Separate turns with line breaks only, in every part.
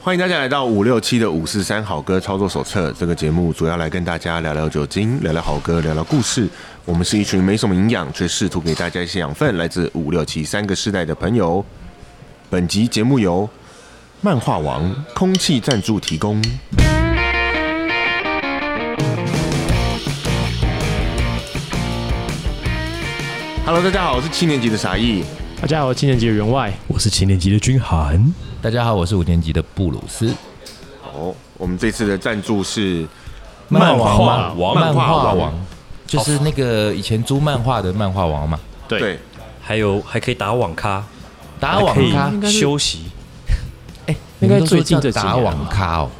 欢迎大家来到五六七的五四三好歌操作手册这个节目，主要来跟大家聊聊酒精，聊聊好歌，聊聊故事。我们是一群没什么营养，却试图给大家一些养分，来自五六七三个世代的朋友。本集节目由漫画王空气赞助提供。Hello，大家好，我是七年级的傻义。
大家好，我是七年级的员外，
我是七年级的君涵，
大家好，我是五年级的布鲁斯。
哦，我们这次的赞助是
漫
画
画王
漫
画
画
王
王，就是那个以前租漫画的漫画王嘛。
对
对
还有还可以打网咖，
打网咖
还可以休息，
应
你们
该
都
最近
说
这
叫
几
打
年
网咖哦，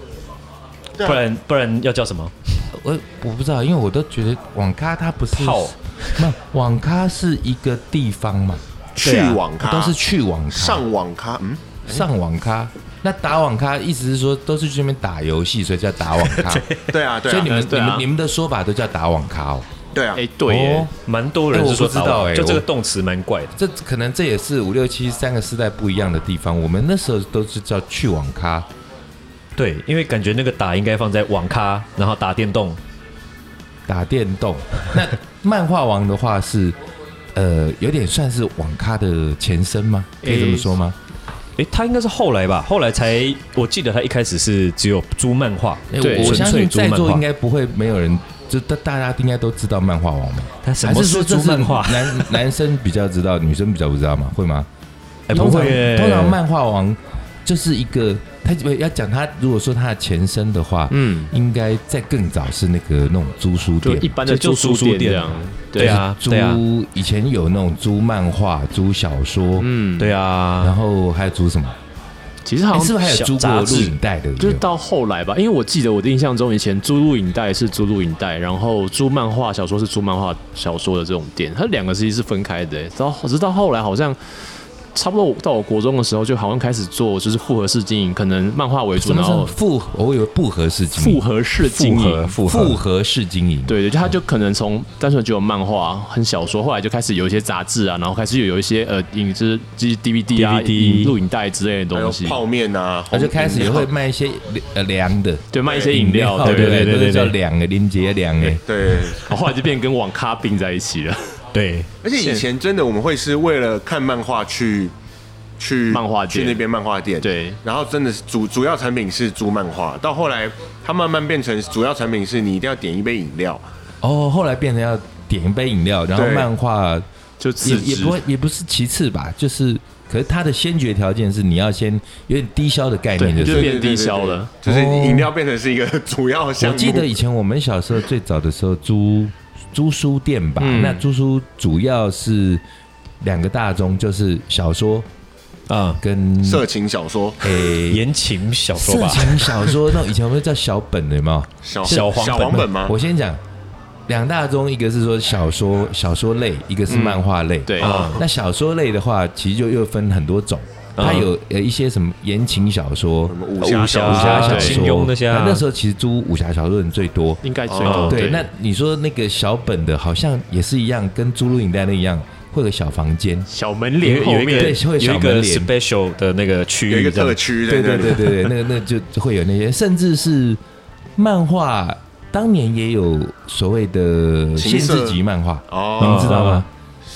对啊
不然不然要叫什么？
我我不知道，因为我都觉得网咖它不是
泡，
那网咖是一个地方嘛，
去网咖，
都是去网咖
上网咖，嗯，
上网咖。那打网咖意思是说都是去那边打游戏，所以叫打网咖。
对啊，对
所
啊
以你，们你
对啊
们你们的说法都叫打网咖哦。
对啊
哎、，对耶
哦，
蛮多人
哎
是说
我不知
打网
道哎
就这个
我
动词蛮怪的。
这可能这也是五六七三个世代不一样的地方。我们那时候都是叫去网咖，
对，因为感觉那个打应该放在网咖，然后打电动。
打电动。 那漫画王的话是，呃，有点算是网咖的前身吗？可以这么说吗？
诶，他应该是后来吧，后来才我记得他一开始是只有租漫画，
诶
对
我我
纯
相
粹
信
租
在
漫
座
画
应。该不会没有人，就大大家应该都知道漫画王嘛。
他什
还
么
是说
是
这
租
是
漫画？
男男生比较知道，女生比较不知道吗？会吗？
哎，不
通常
会耶，
通常漫画王就是一个，他要讲他如果说他的前身的话，
嗯，
应该在更早是那个那种租书
就
店，
一般的
就
租书
租书
这
店
样，
对啊，
租
对啊，
以前有那种租漫画、租小说，
嗯，
对
然
啊，
后还有租什么？
其实好
哎
像
是不是还有
小
租过
杂
录
志
影带的？
就是到后来吧，因为我记得我的印象中，以前租录影带是租录影带，然后租漫画小说是租漫画小说的这种店，它两个其实是分开的、欸。到直到后来好像差不多我到我国中的时候，就好像开始做就是复合式经营，可能漫画为主，
什么
然
时候
后
复合？我以为复合式经
复
营，
合式经营。
复合复合式经营。，
对对，就他就可能从单纯只有漫画、很小说，后来就开始有一些杂志啊，然后开始有一些呃影就是就是 DVD 啊、
DVD
影录影带之类的
还有
东西，
泡面啊，
然后就开始也会
红饮料
卖一些呃凉的
对，卖一些饮料，对对
对
对。
对
对对
叫凉的，林杰凉的。
对，
然后后来就变跟网咖并在一起了。
嗯
对，
而且以前真的我们会是为了看漫画去去
漫画
去
店
那边漫画店，
对
然后真的是主主要产品是租漫画，到后来它慢慢变成主要产品是你一定要点一杯饮料，
哦，后来变成要点一杯饮料，然后
对
漫画
就
也
辞
也
职
不，会也不是其次吧，就是可是它的先决条件是你要先有点低消的概念，
对
就
就是
对
变低消，了
对对对就是饮料变成是一个主要项
我
目。
记得以前我们小时候最早的时候租租书店吧，
嗯
那租书主要是两个大宗，就是小说
啊，
跟
色情小说，
诶、
言情小说
色
吧，
情小说，那种以前我们叫小本的，有没有？
小
小黄
小
本
黄本吗？
我先讲两大宗，一个是说小说小说类，一个是漫画类。
对，
啊
那小说类的话，其实就又分很多种，它有呃一些什么言情小说、
什么武侠小
武
武侠
侠
小说、
金庸那些啊
那时候其实租武侠小说的人最多。
应该最
哦
多。
对，那你说那个小本的，好像也是一样，跟租录影带那一样，会有个小房间。
小门
有
帘后
有一
面，
对
个
会
有
小
一
门
个
帘
special 的那个区
有一
域
个
这样，
特区在
对
那
对
里，
对对对，那个那就就会有那些，甚至是漫画，当年也有所谓的
情
限
色
制级漫画，你
哦
们，知道吗？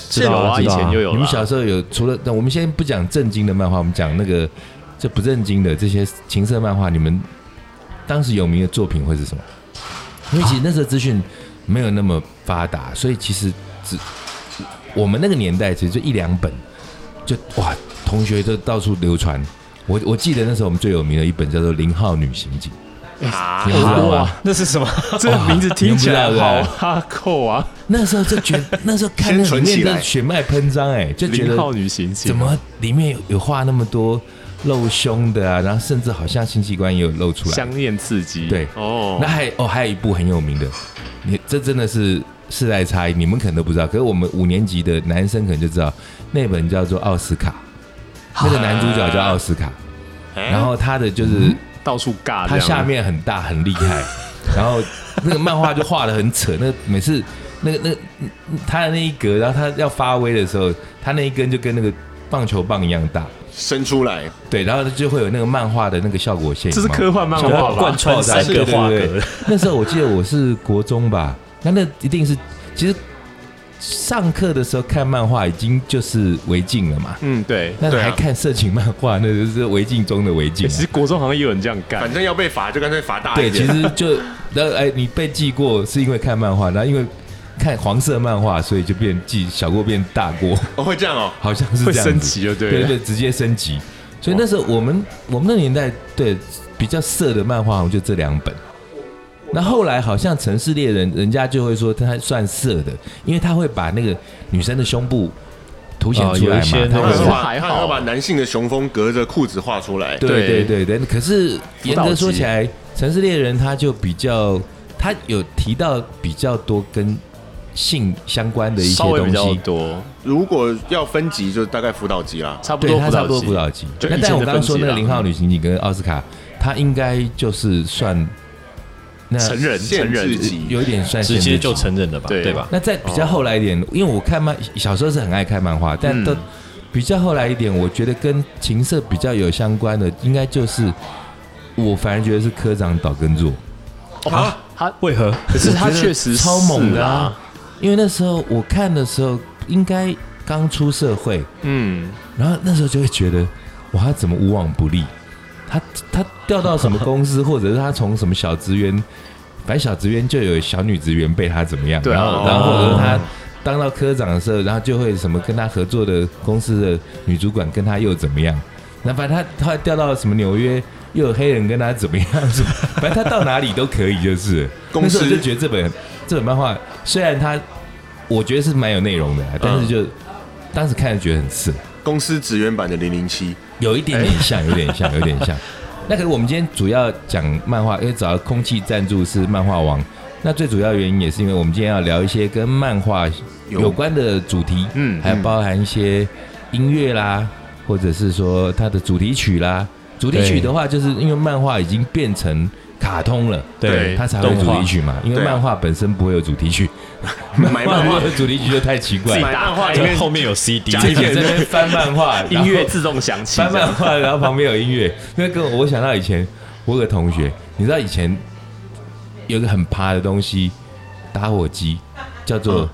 是有啊，以
知道啊
前就有
你们
了。
小时候有除了那我们先不讲正经的漫画，我们讲那个这不正经的这些情色漫画，你们当时有名的作品会是什么？因为其实那时候资讯没有那么发达，所以其实只我们那个年代其实就一两本，就哇，同学都到处流传。我我记得那时候我们最有名的一本叫做《零号女刑警》，
啊
你们知道吗？
那是什么？
啊这个名字听起来
你们不知道
好
对
哈扣啊！
那时候就觉得那时候看那
先存
里
起
面
来
的血脉喷张，哎，就觉
零
得
号女刑警
怎么里面有有画那么多露胸的啊？然后甚至好像性器官也有露出来。
香艳刺激？
对
哦
那，还有哦，还有一部很有名的，你这真的是世代差异，你们可能都不知道，可是我们五年级的男生可能就知道，那本叫做《奥斯卡》，那个男主角叫奥斯卡，然后他的就是
到处尬这样，
他下面很大很厉害，然后那个漫画就画的很扯，那每次那个那个嗯嗯他的那一格，然后他要发威的时候，他那一根就跟那个棒球棒一样大，
伸出来，
对，然后就会有那个漫画的那个效果线影嘛。
这是科幻漫
就
画
要
吧
贯？穿三
对
个
对对
画
对
格，
那时候我记得我是国中吧，那那一定是其实上课的时候看漫画已经就是违禁了嘛，
嗯，对。
那
对啊
还看色情漫画，那就是违禁中的违
欸
禁、啊
其。实国中好像也有人这样干
反，正要被罚就干脆罚大一
对，
点。
其实就那哎，你被记过是因为看漫画，然后因为看黄色漫画，所以就变记小过变大过，
哦会这样哦，
好像是
会
这样
升
子。
级就对
对
了。
对，直接升级。所以那时候我们我们那年代对比较色的漫画，好像就这两本。那后来好像《城市猎人》，人家就会说它算色的，因为他会把那个女生的胸部凸显
哦
出来
有一
嘛
些，
他
他会
会
那种
画。
把
还
他
好
要把男性的雄风隔着裤子画出来。
对对对对。可是严格说起来，《城市猎人》他就比较，他有提到比较多跟性相关的一些
稍微
东
比较
西，
多，
如果要分级，就大概辅导级啦。
差不
对
多
他
辅
差
导
不多
级
辅。导级。
就
那
以前
但我
的
刚刚
分
说
级
那个
啦
零号女刑警跟奥斯卡，他应该就是算那
成人
限
成
制
人
级
有一点算
直
限
接
制
就
级
承认了吧，
对
对吧？
那
哦
再比较后来一点，因为我看漫小时候是很爱看漫画，但
嗯
都比较后来一点，我觉得跟情色比较有相关的，应该就是我反而觉得是科长岛根座。
啊，他
为何？
可是他
我觉得
确实
超猛
是
的
啊
啊，因为那时候我看的时候，应该刚出社会，
嗯，
然后那时候就会觉得，哇，他怎么无往不利？他他调到什么公司，或者是他从什么小职员，反正小职员就有小女职员被他怎么样，
对啊
然后然后或者是他当到科长的时候，然后就会什么跟他合作的公司的女主管跟他又怎么样？那反正他他调到什么纽约，又有黑人跟他怎么样？什么反正他到哪里都可以，就是了。
公司
那时候我就觉得这本这本漫画虽然它我觉得是蛮有内容的啊，但是就、
嗯
当时看着觉得很刺。
公司职员版的零零七，
有一点点像，有点像，有点像。那可是我们今天主要讲漫画，因为找到空气赞助是漫画王。那最主要原因也是因为我们今天要聊一些跟漫画有关的主题，
嗯
嗯，还有包含一些音乐啦，或者是说它的主题曲啦。主题曲的话，就是因为漫画已经变成卡通了，
对
它才会有主题曲嘛。因为
对啊
漫画本身不会有主题曲，
买漫
漫画
画
的主题曲就太奇怪
买
了。
漫画里
就
面
啊后面有 CD，
加
自
一
己
片
在那边翻漫 画，然
音
后
乐自动响起，
翻漫画，然后旁边有音乐，那跟我我想到以前我有个同学，你知道以前有个很趴的东西，打火机叫做
嗯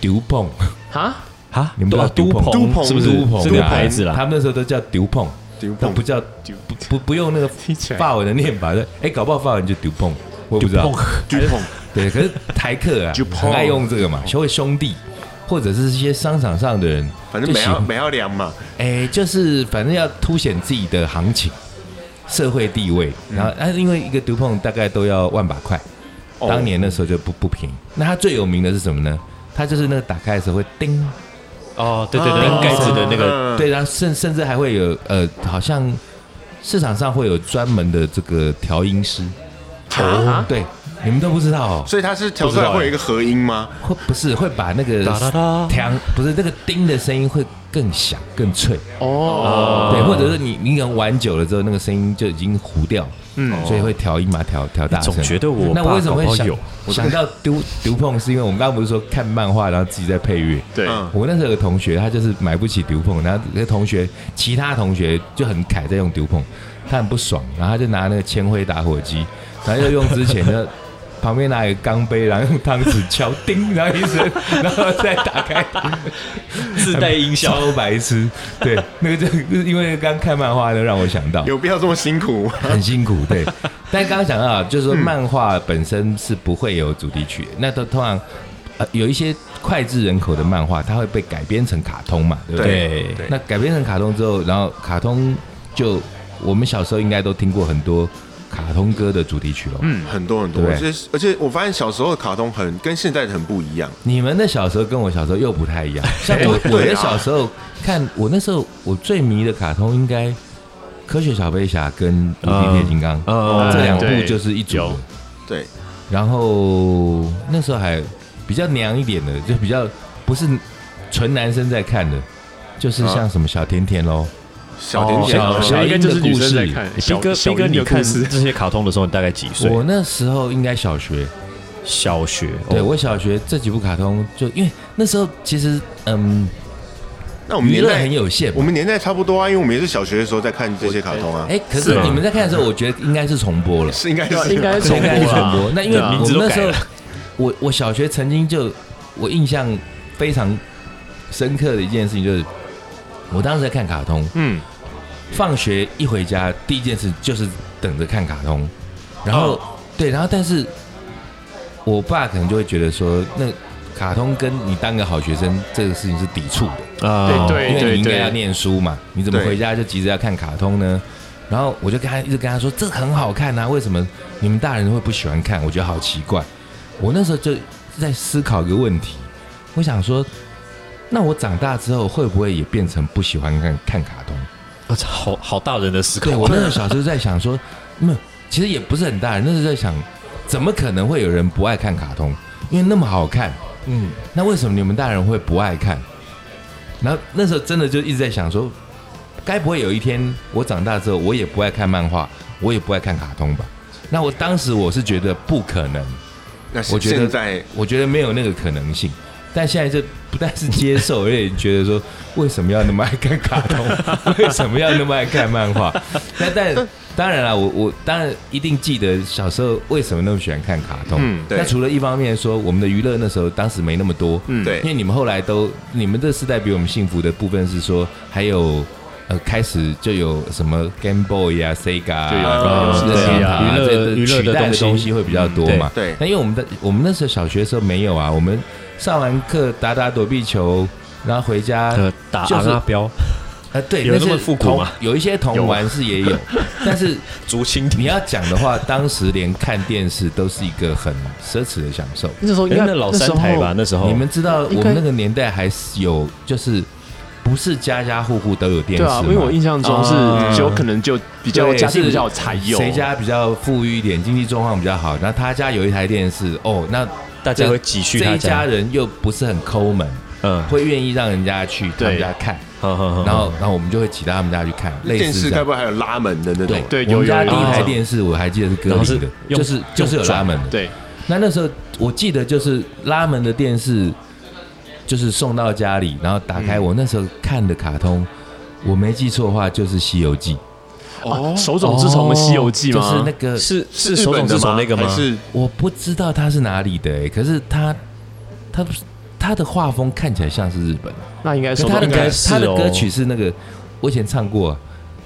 丢碰，
啊，
啊
你们知道
都
都
都
鹏
鹏
是不是
都
鹏
是个
啊
牌子
他
啦？
们那时候都叫丢碰，
丢
但
碰
不叫不不不用那个
听起来
法文的念法，哎，搞不好法文就丢碰，我也不知道哎
丢。
丢碰，
对，可是台客啊
丢，碰嗯
很爱用这个嘛，所谓兄弟或者是一些商场上的人，
反正啊
就
每
喜
要
欢
每要量嘛，
哎，就是反正要凸显自己的行情、社会地位，
嗯
然后但是因为一个独碰大概都要万把块，
哦
当年那时候就不不便宜。那它最有名的是什么呢？它就是那个打开的时候会叮，
哦，对对对，
啊
那个盖子的那个，
嗯
对，然后甚甚至还会有呃，好像市场上会有专门的这个调音师，
啊
对，你们都不知道哦，
所以它是调出来会有一个合音吗？
会不是会把那个
哒哒哒
调不是那个叮的声音会更响更脆。
哦，
对，或者是你你可能玩久了之后，那个声音就已经糊掉，嗯，所以会调音嘛，调调大声。
总觉得我
那
爸
我为什么
搞不
会
好
想
有
想到丢丢碰，是因为我们刚刚不是说看漫画，然后自己在配乐。
对啊
嗯
我那时候有个同学，他就是买不起丢碰，然后那个同学其他同学就很凯在用丢碰，他很不爽，然后他就拿那个铅灰打火机，然后就用之前的。旁边拿一个钢杯，然后用汤匙敲叮，然后一声， 然后再打开。
自 带音效，
超白痴。对，那个就因为刚看漫画，就让我想到
有必要这么辛苦？
很辛苦。对，但刚刚讲到，就是说漫画本身是不会有主题曲的，那都通常呃有一些脍炙人口的漫画，它会被改编成卡通嘛，对不对？
对对
那改编成卡通之后，然后卡通就我们小时候应该都听过很多卡通歌的主题曲了。
嗯，很多很多，
对
而且而且我发现小时候的卡通很跟现在的很不一样。
你们的小时候跟我小时候又不太一样，像我
对啊
我的小时候看，我那时候我最迷的卡通应该《科学小飞侠》跟《无敌铁金刚》
嗯
这两
对
部就是一组的
有。
对，
然后那时候还比较娘一点的，就比较不是纯男生在看的，就是
啊
像什么小甜甜喽，
小甜甜
哦
小应该就是女生在看。
斌
小
哥，
小
斌哥，
英
你
的
看
故事
这些卡通的时候，你大概几岁？
我那时候应该小学，
小学，
对
哦
我小学这几部卡通就因为那时候其实嗯，
那我们
娱
年
乐
代
很有限嘛
我们年代差不多啊，因为我们也是小学的时候在看这些卡通啊，
哎，可是你们在看的时候，我觉得应该是重播了，
是应该是
应该是
应该是
重播啦
重播。那因为
对啊
我
名
们
字都
那时候
改，
我我小学曾经就我印象非常深刻的一件事情就是，我当时在看卡通，
嗯，
放学一回家第一件事就是等着看卡通，然
哦
后、对，然后但是我爸可能就会觉得说，那卡通跟你当个好学生这个事情是抵触的。
啊，
对
哦因为你应该
对
要念书嘛，你怎么
对
回家就急着要看卡通呢？然后我就跟他一直跟他说，这很好看啊，为什么你们大人会不喜欢看？我觉得好奇怪。我那时候就在思考一个问题，我想说，那我长大之后会不会也变成不喜欢看看卡通？
啊好好大人的思考
对我那时候小时候在想说，没有，其实也不是很大人，那时候在想，怎么可能会有人不爱看卡通？因为那么好看，
嗯，
那为什么你们大人会不爱看？然后那时候真的就一直在想说，该不会有一天我长大之后，我也不爱看漫画，我也不爱看卡通吧？那我当时我是觉得不可能，
那
我觉得
现在
我觉得没有那个可能性。但现在这不但是接受， 而且觉得说，为什么要那么爱看卡通？ 为什么要那么爱看漫画？那但当然了，我我当然一定记得小时候为什么那么喜欢看卡通。
嗯
对
那除了一方面说，我们的娱乐那时候当时没那么多，
嗯
对
因为你们后来都，你们这世代比我们幸福的部分是说，还有呃，开始就有什么 Game Boy 啊、Sega
就有
啊、
游
戏啊
啊
娱乐
这
娱乐的
取代的
东
东
西
西会比较多嘛。
嗯对对
那因为我们的我们那时候小学的时候没有啊，我们上完课打打躲避球，然后回家
呃打阿
就是
拉标
呃，对，
有
那
那么
是
复古
同
吗啊
有一些童玩是也有， 但是
竹蜻
你
蜓，
要讲的话，当时连看电视都是一个很奢侈的享受。
那时候应
哎
该
那老三台吧，，那时候
你们知道
应
我
该
们那个年代还是有，就是不是家家户户都有电
那
视
时候对啊，
吗？
因为我印象中
啊
是就可能就比较
对
家境
是
比较有才有，
谁家比较富裕一点，经济状况比较好，那他家有一台电视哦，那
大家会挤去
这
他
一家
家，
人又不是很抠门，
嗯，
会愿意让人家去他们
对
家看，
好好好，
然后然后我们就会挤到他们家去看，类
电
似
视
这
该
样。
不会还有拉门的那种
对
啊？
对
我们
有
家
有
第一
有
台
有
电视我还记得是歌
然后
林
是
的，
用
就是就是有拉门的，
对
那那时候我记得就是拉门的电视，就是送到家里，然后打开我那时候看的卡通，我没记错的话就是《西游记
哦，手冢治虫的《西游》，记》
哦就
吗？
是那个
是是
日
手冢
本
治
的
虫那个吗
还？是
我不知道它是哪里的、欸，可是它它不是它的画风看起来像是日本，
那应该
可是
手
它的
冢
应该
歌
是
它的
哦
歌曲是那个我以前唱过、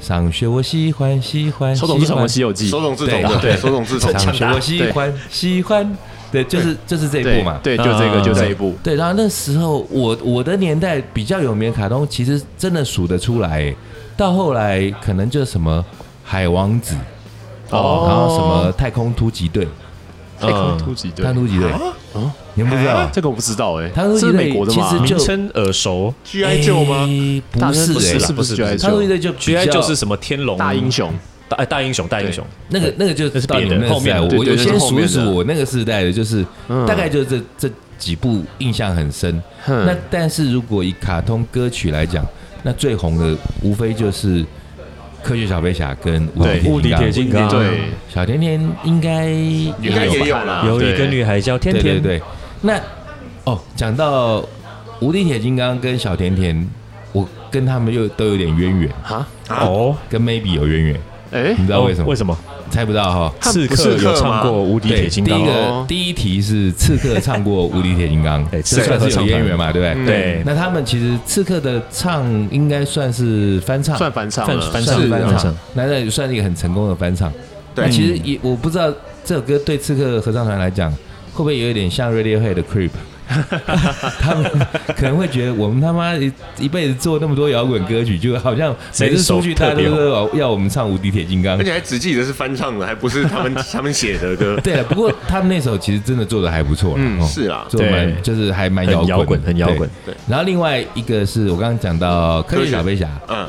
上学我喜欢喜欢
手冢治
喜
虫的
欢
《西游记》
手冢治虫的？
对
对，手冢治虫
上学我喜欢喜欢，对，就是就是这一
对
部嘛，
对，就这个
嗯
就
对
这一部，
对，然后那时候我我的年代比较有名的卡通，其实真的数得出来。到后来可能就是什么海王子，
哦
然后什么太空突击队，
太空突击
太
队
空，哎突击队，你们不知道啊？
这个我不知道哎，
太空突
这
击
是
队
美国的嘛
其？实就
名称耳熟
，GI 救吗？
诶不是
不是
诶，太
不是
不是
GI
不
空突击
队
队就比较
，GI 就是什么天龙
大英雄，
嗯
大哎大英雄大英雄，
那个那个就是
是
到
别
你
的
们那个时代，
后面的
我
对对
有先
是后
数
面
一
的
数我那个时代的，就是
嗯
大概就是这这几部印象很深。
哼
那但是如果以卡通歌曲来讲，那最红的无非就是《科学小飞侠》跟《无敌
对
铁
无敌铁金刚
对，
小甜甜应该
应该也有啦。
有一
对
个女孩叫天
对对
天，
对。那哦，讲到《无敌铁金刚》跟小甜甜，我跟他们又都有点渊源，
哈，
哦，
跟 Maybe 有渊源，
哎
你，知
哦
道为什么？
为什么？
猜不到哈？
刺
不
客
是刺客
有唱过《无敌
对，
铁金刚
第一》
哦，
个
哦
第一题是刺客唱过《无敌铁金刚》
对，
这算是有渊源嘛，对不对？
嗯
对，
那他们其实刺客的唱应该算是翻唱，
算翻唱
翻
了
翻
算
唱
是翻
翻
唱
唱，
那那也算是一个很成功的翻唱。
对
那其实也我不知道这首歌对刺客合唱团来讲会不会有一点像 Radiohead 的 Creep。他们可能会觉得我们他妈一一辈子做那么多摇滚歌曲，就好像每次出去，大家都说要我们唱《无敌铁金刚》
而，且还只记得是翻唱的，还不是 他们他们写的歌。
对了，不过他们那首其实真的做的还不错啦，
嗯
哦
是啦
做得蛮
对
就是还蛮
很摇滚，
的
很摇滚。。
对，
然后另外一个是我刚刚讲到科学小飞侠，
嗯，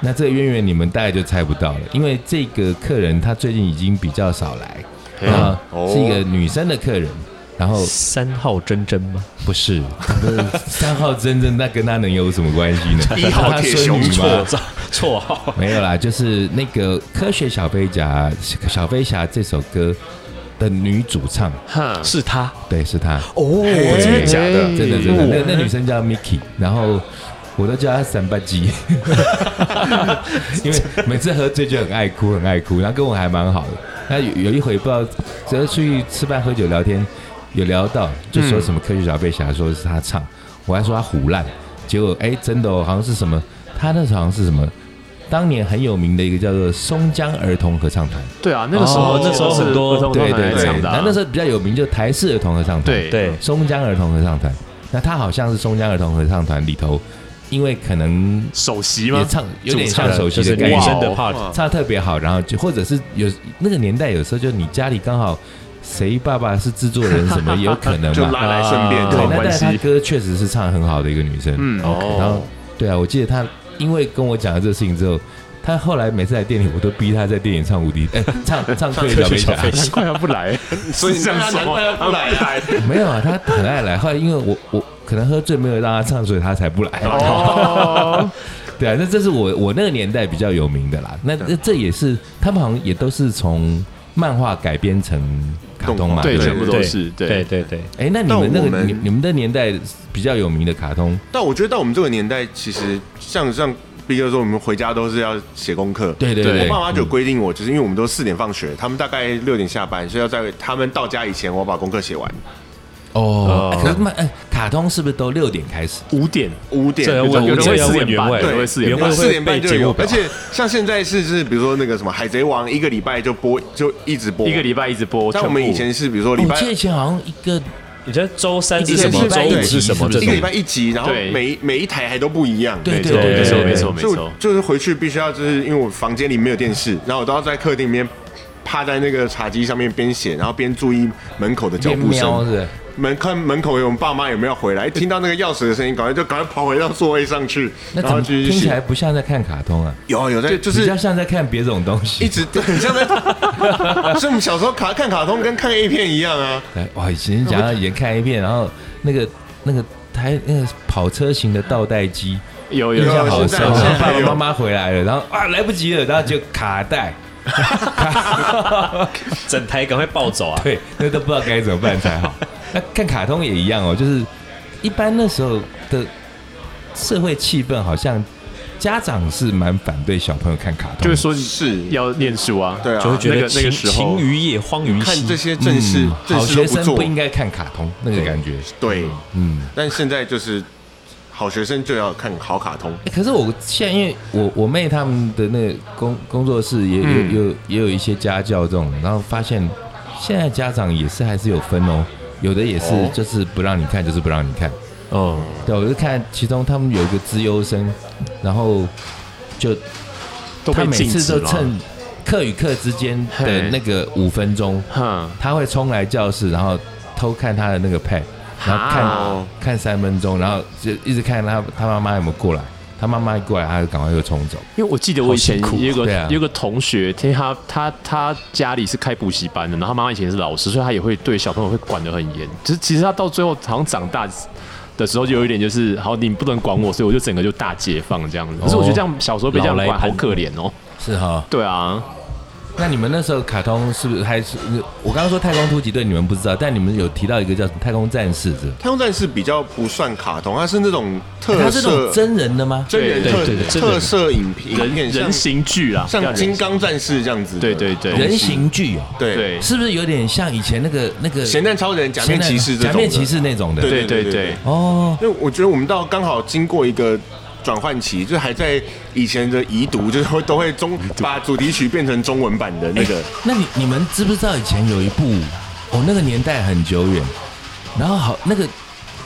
那这个渊源你们大概就猜不到了，因为这个客人他最近已经比较少来，
嘿
啊，
哦
是一个女生的客人，然后
三号真真吗？
不是不是三号真真，那跟他能有什么关系呢？
一号铁熊
她孙女吗
绰
错，
号
没有啦，就是那个科学小飞侠，小飞侠这首歌的女主唱，
哈，
是他
对，是她。
哦，
真的假的
哎
真的真的，那那女生叫 Miki，然后我都叫他三八鸡， 因为每次喝醉就很爱哭，很爱哭，然后跟我还蛮好的。那有有一回不知道，只要出去吃饭喝酒聊天，有聊到就说什么科学小贝侠说是他唱，我还说他胡烂，结果哎真的哦，好像是什么，他那时候好像是什么。当年很有名的一个叫做松江儿童合唱团，
对啊，那个时候
哦那时候
是
很多
儿童
对对
团来
对，
唱的
然
啊
后，那时候比较有名就台式儿童合唱团，
对
对，
松江儿童合唱团，那他好像是松江儿童合唱团里头，因为可能
首席吗
也？唱有点
主唱
像首席
就是
的概
女
念，
生的
哇
part，
哦
唱得特别好，然后就或者是有那个年代，有时候就你家里刚好谁爸爸是制作人什么，也有可能
就
嘛。
拉来顺便
啊
对
靠，
那
关
但是他
系。
歌确实是唱得很好的一个女生，
嗯，
然
哦
后，对啊，我记得他因为跟我讲了这个事情之后。他后来每次来店里，我都逼他在店里唱无敌，哎、唱唱科学小飞侠，
难怪他不 来，
所以这样说，他来来，
没有啊，他很爱来。后来因为我我可能喝醉没有让他唱，所以他才不来。
哦，
对啊，那这是我我那个年代比较有名的啦。那那这也是他们好像也都是从漫画改编成卡通嘛，
对，
不
全部都
对
是
对
对，
对对，
哎，那你
但
们那
我
个
们
你你们的年代比较有名的卡通，
但我觉得到我们这个年代，其实像像毕哥说，我们回家都是要写功课。
对对
对
我
对，
爸妈就有
嗯
规定我，就是因为我们都四点放学，他们大概六点下班，所以要在他们到家以前，我要把功课写完。
哦。哎可是漫哎，卡通是不是都六点开始？
五点
五点，
这要问
有的
这
会
要
四
问原
点半，
味，
有的会四点
原
半
味。
四点半
会
就
被节
有
目，
而
表，
且像现在是就是比如说那个什么《海贼王》，一个礼拜就播就一直播，
一个礼拜一直播，
但我
全部
们以前是比如说礼
我
拜
记得以前好像一个
你觉得周三
以
是
前
什么，
是
周
礼拜
五
一
是什么这
一个
种
礼？拜一集，然后
对
每每一台还都不一样。
对
没
对
错
对
没
对
错
对
没错没
所以
错
我，就是回去必须要就是因为我房间里没有电视，然后我都要在客厅里面趴在那个茶几上面边写，然后边注意门口的脚
变
步
喵
声，
是
门看门口有我爸妈有没有回来，一听到那个钥匙的声音，赶快就赶快跑回到座位上去，
那
然
怎
后
么
继
听
续
起来
写。
不像在看卡通啊？
有啊有在就
比
是
较像在看别种东
一
西。
直对很像在， 所以我们小时候卡看卡通跟看 A 片一样啊。
哎，哇，以前讲到以前看一遍，然后那个那个台那个跑车型的倒带机，
有
印
有
象
有，
好
现在。
深
现在
爸
还
爸
有
妈妈回来了，然后啊来不及了，然后就卡带，
整台赶快暴走啊！
对，那都不知道该怎么办才 好。那看卡通也一样哦，就是一般那时候的社会气氛好像。家长是蛮反对小朋友看卡通
就
的，
是说
是
要念书啊，
对啊
就会觉
那
得
个那
情
个时候
情于夜，荒于
看
嬉
这些正事
嗯，
正
好
事都
学
不
生
做
不，应该看卡通，那个感觉，
对。
嗯。
但现在就是好学生就要看好卡通，
欸可是我现在因为我我妹他们的那个工工作室也有
嗯
有有也有一些家教这种，然后发现现在家长也是还是有分哦，有的也是
哦
就是不让你看，就是不让你看。
哦，
对，我就看其中他们有一个资优生，然后就
都
他
被
每
禁
次
止
都
了。
趁课与课之间的
嘿
那个五分钟，
哼，
他会冲来教室，然后偷看他的那个 pad，然后看、
哈
看三分钟，然后就一直看他他妈妈有没有过来，他妈妈一过来，他就赶快又冲走。
因为我记得我以前
好辛苦
有个、
对啊
有个同学，听他他他家里是开补习班的，然后他妈妈以前是老师，所以他也会对小朋友会管得很严。就是其实他到最后好像长大的时候，就有一点就是，好你不能管我，所以我就整个就大解放这样
哦
子。可是我觉得这样小时候被这样
老
管
来
好
疯
可怜哦。
是哈、
对啊，
那你们那时候卡通是不是还是我刚刚说太空突击队你们不知道，但你们有提到一个叫什么太空战士是不是？
太空战士比较不算卡通，它是那种
它
特
是那种
色
真人的吗？
真人
对
特
对对对
特色影片，
人
影片
人
像
形剧啊，要
像
人
金刚战士这样子的
对
东西，
对对
人形剧哦，
对
对
是不是有点像以前那个那个
咸蛋超人、假面骑士这种的
假面骑士那种的？
对
对对
对
对
对，
哦，
因为我觉得我们到刚好经过一个转换期，就是还在以前的遗毒，就是会都会中把主题曲变成中文版的那个，
那你你们知不知道以前有一部哦，那个年代很久远，然后好那个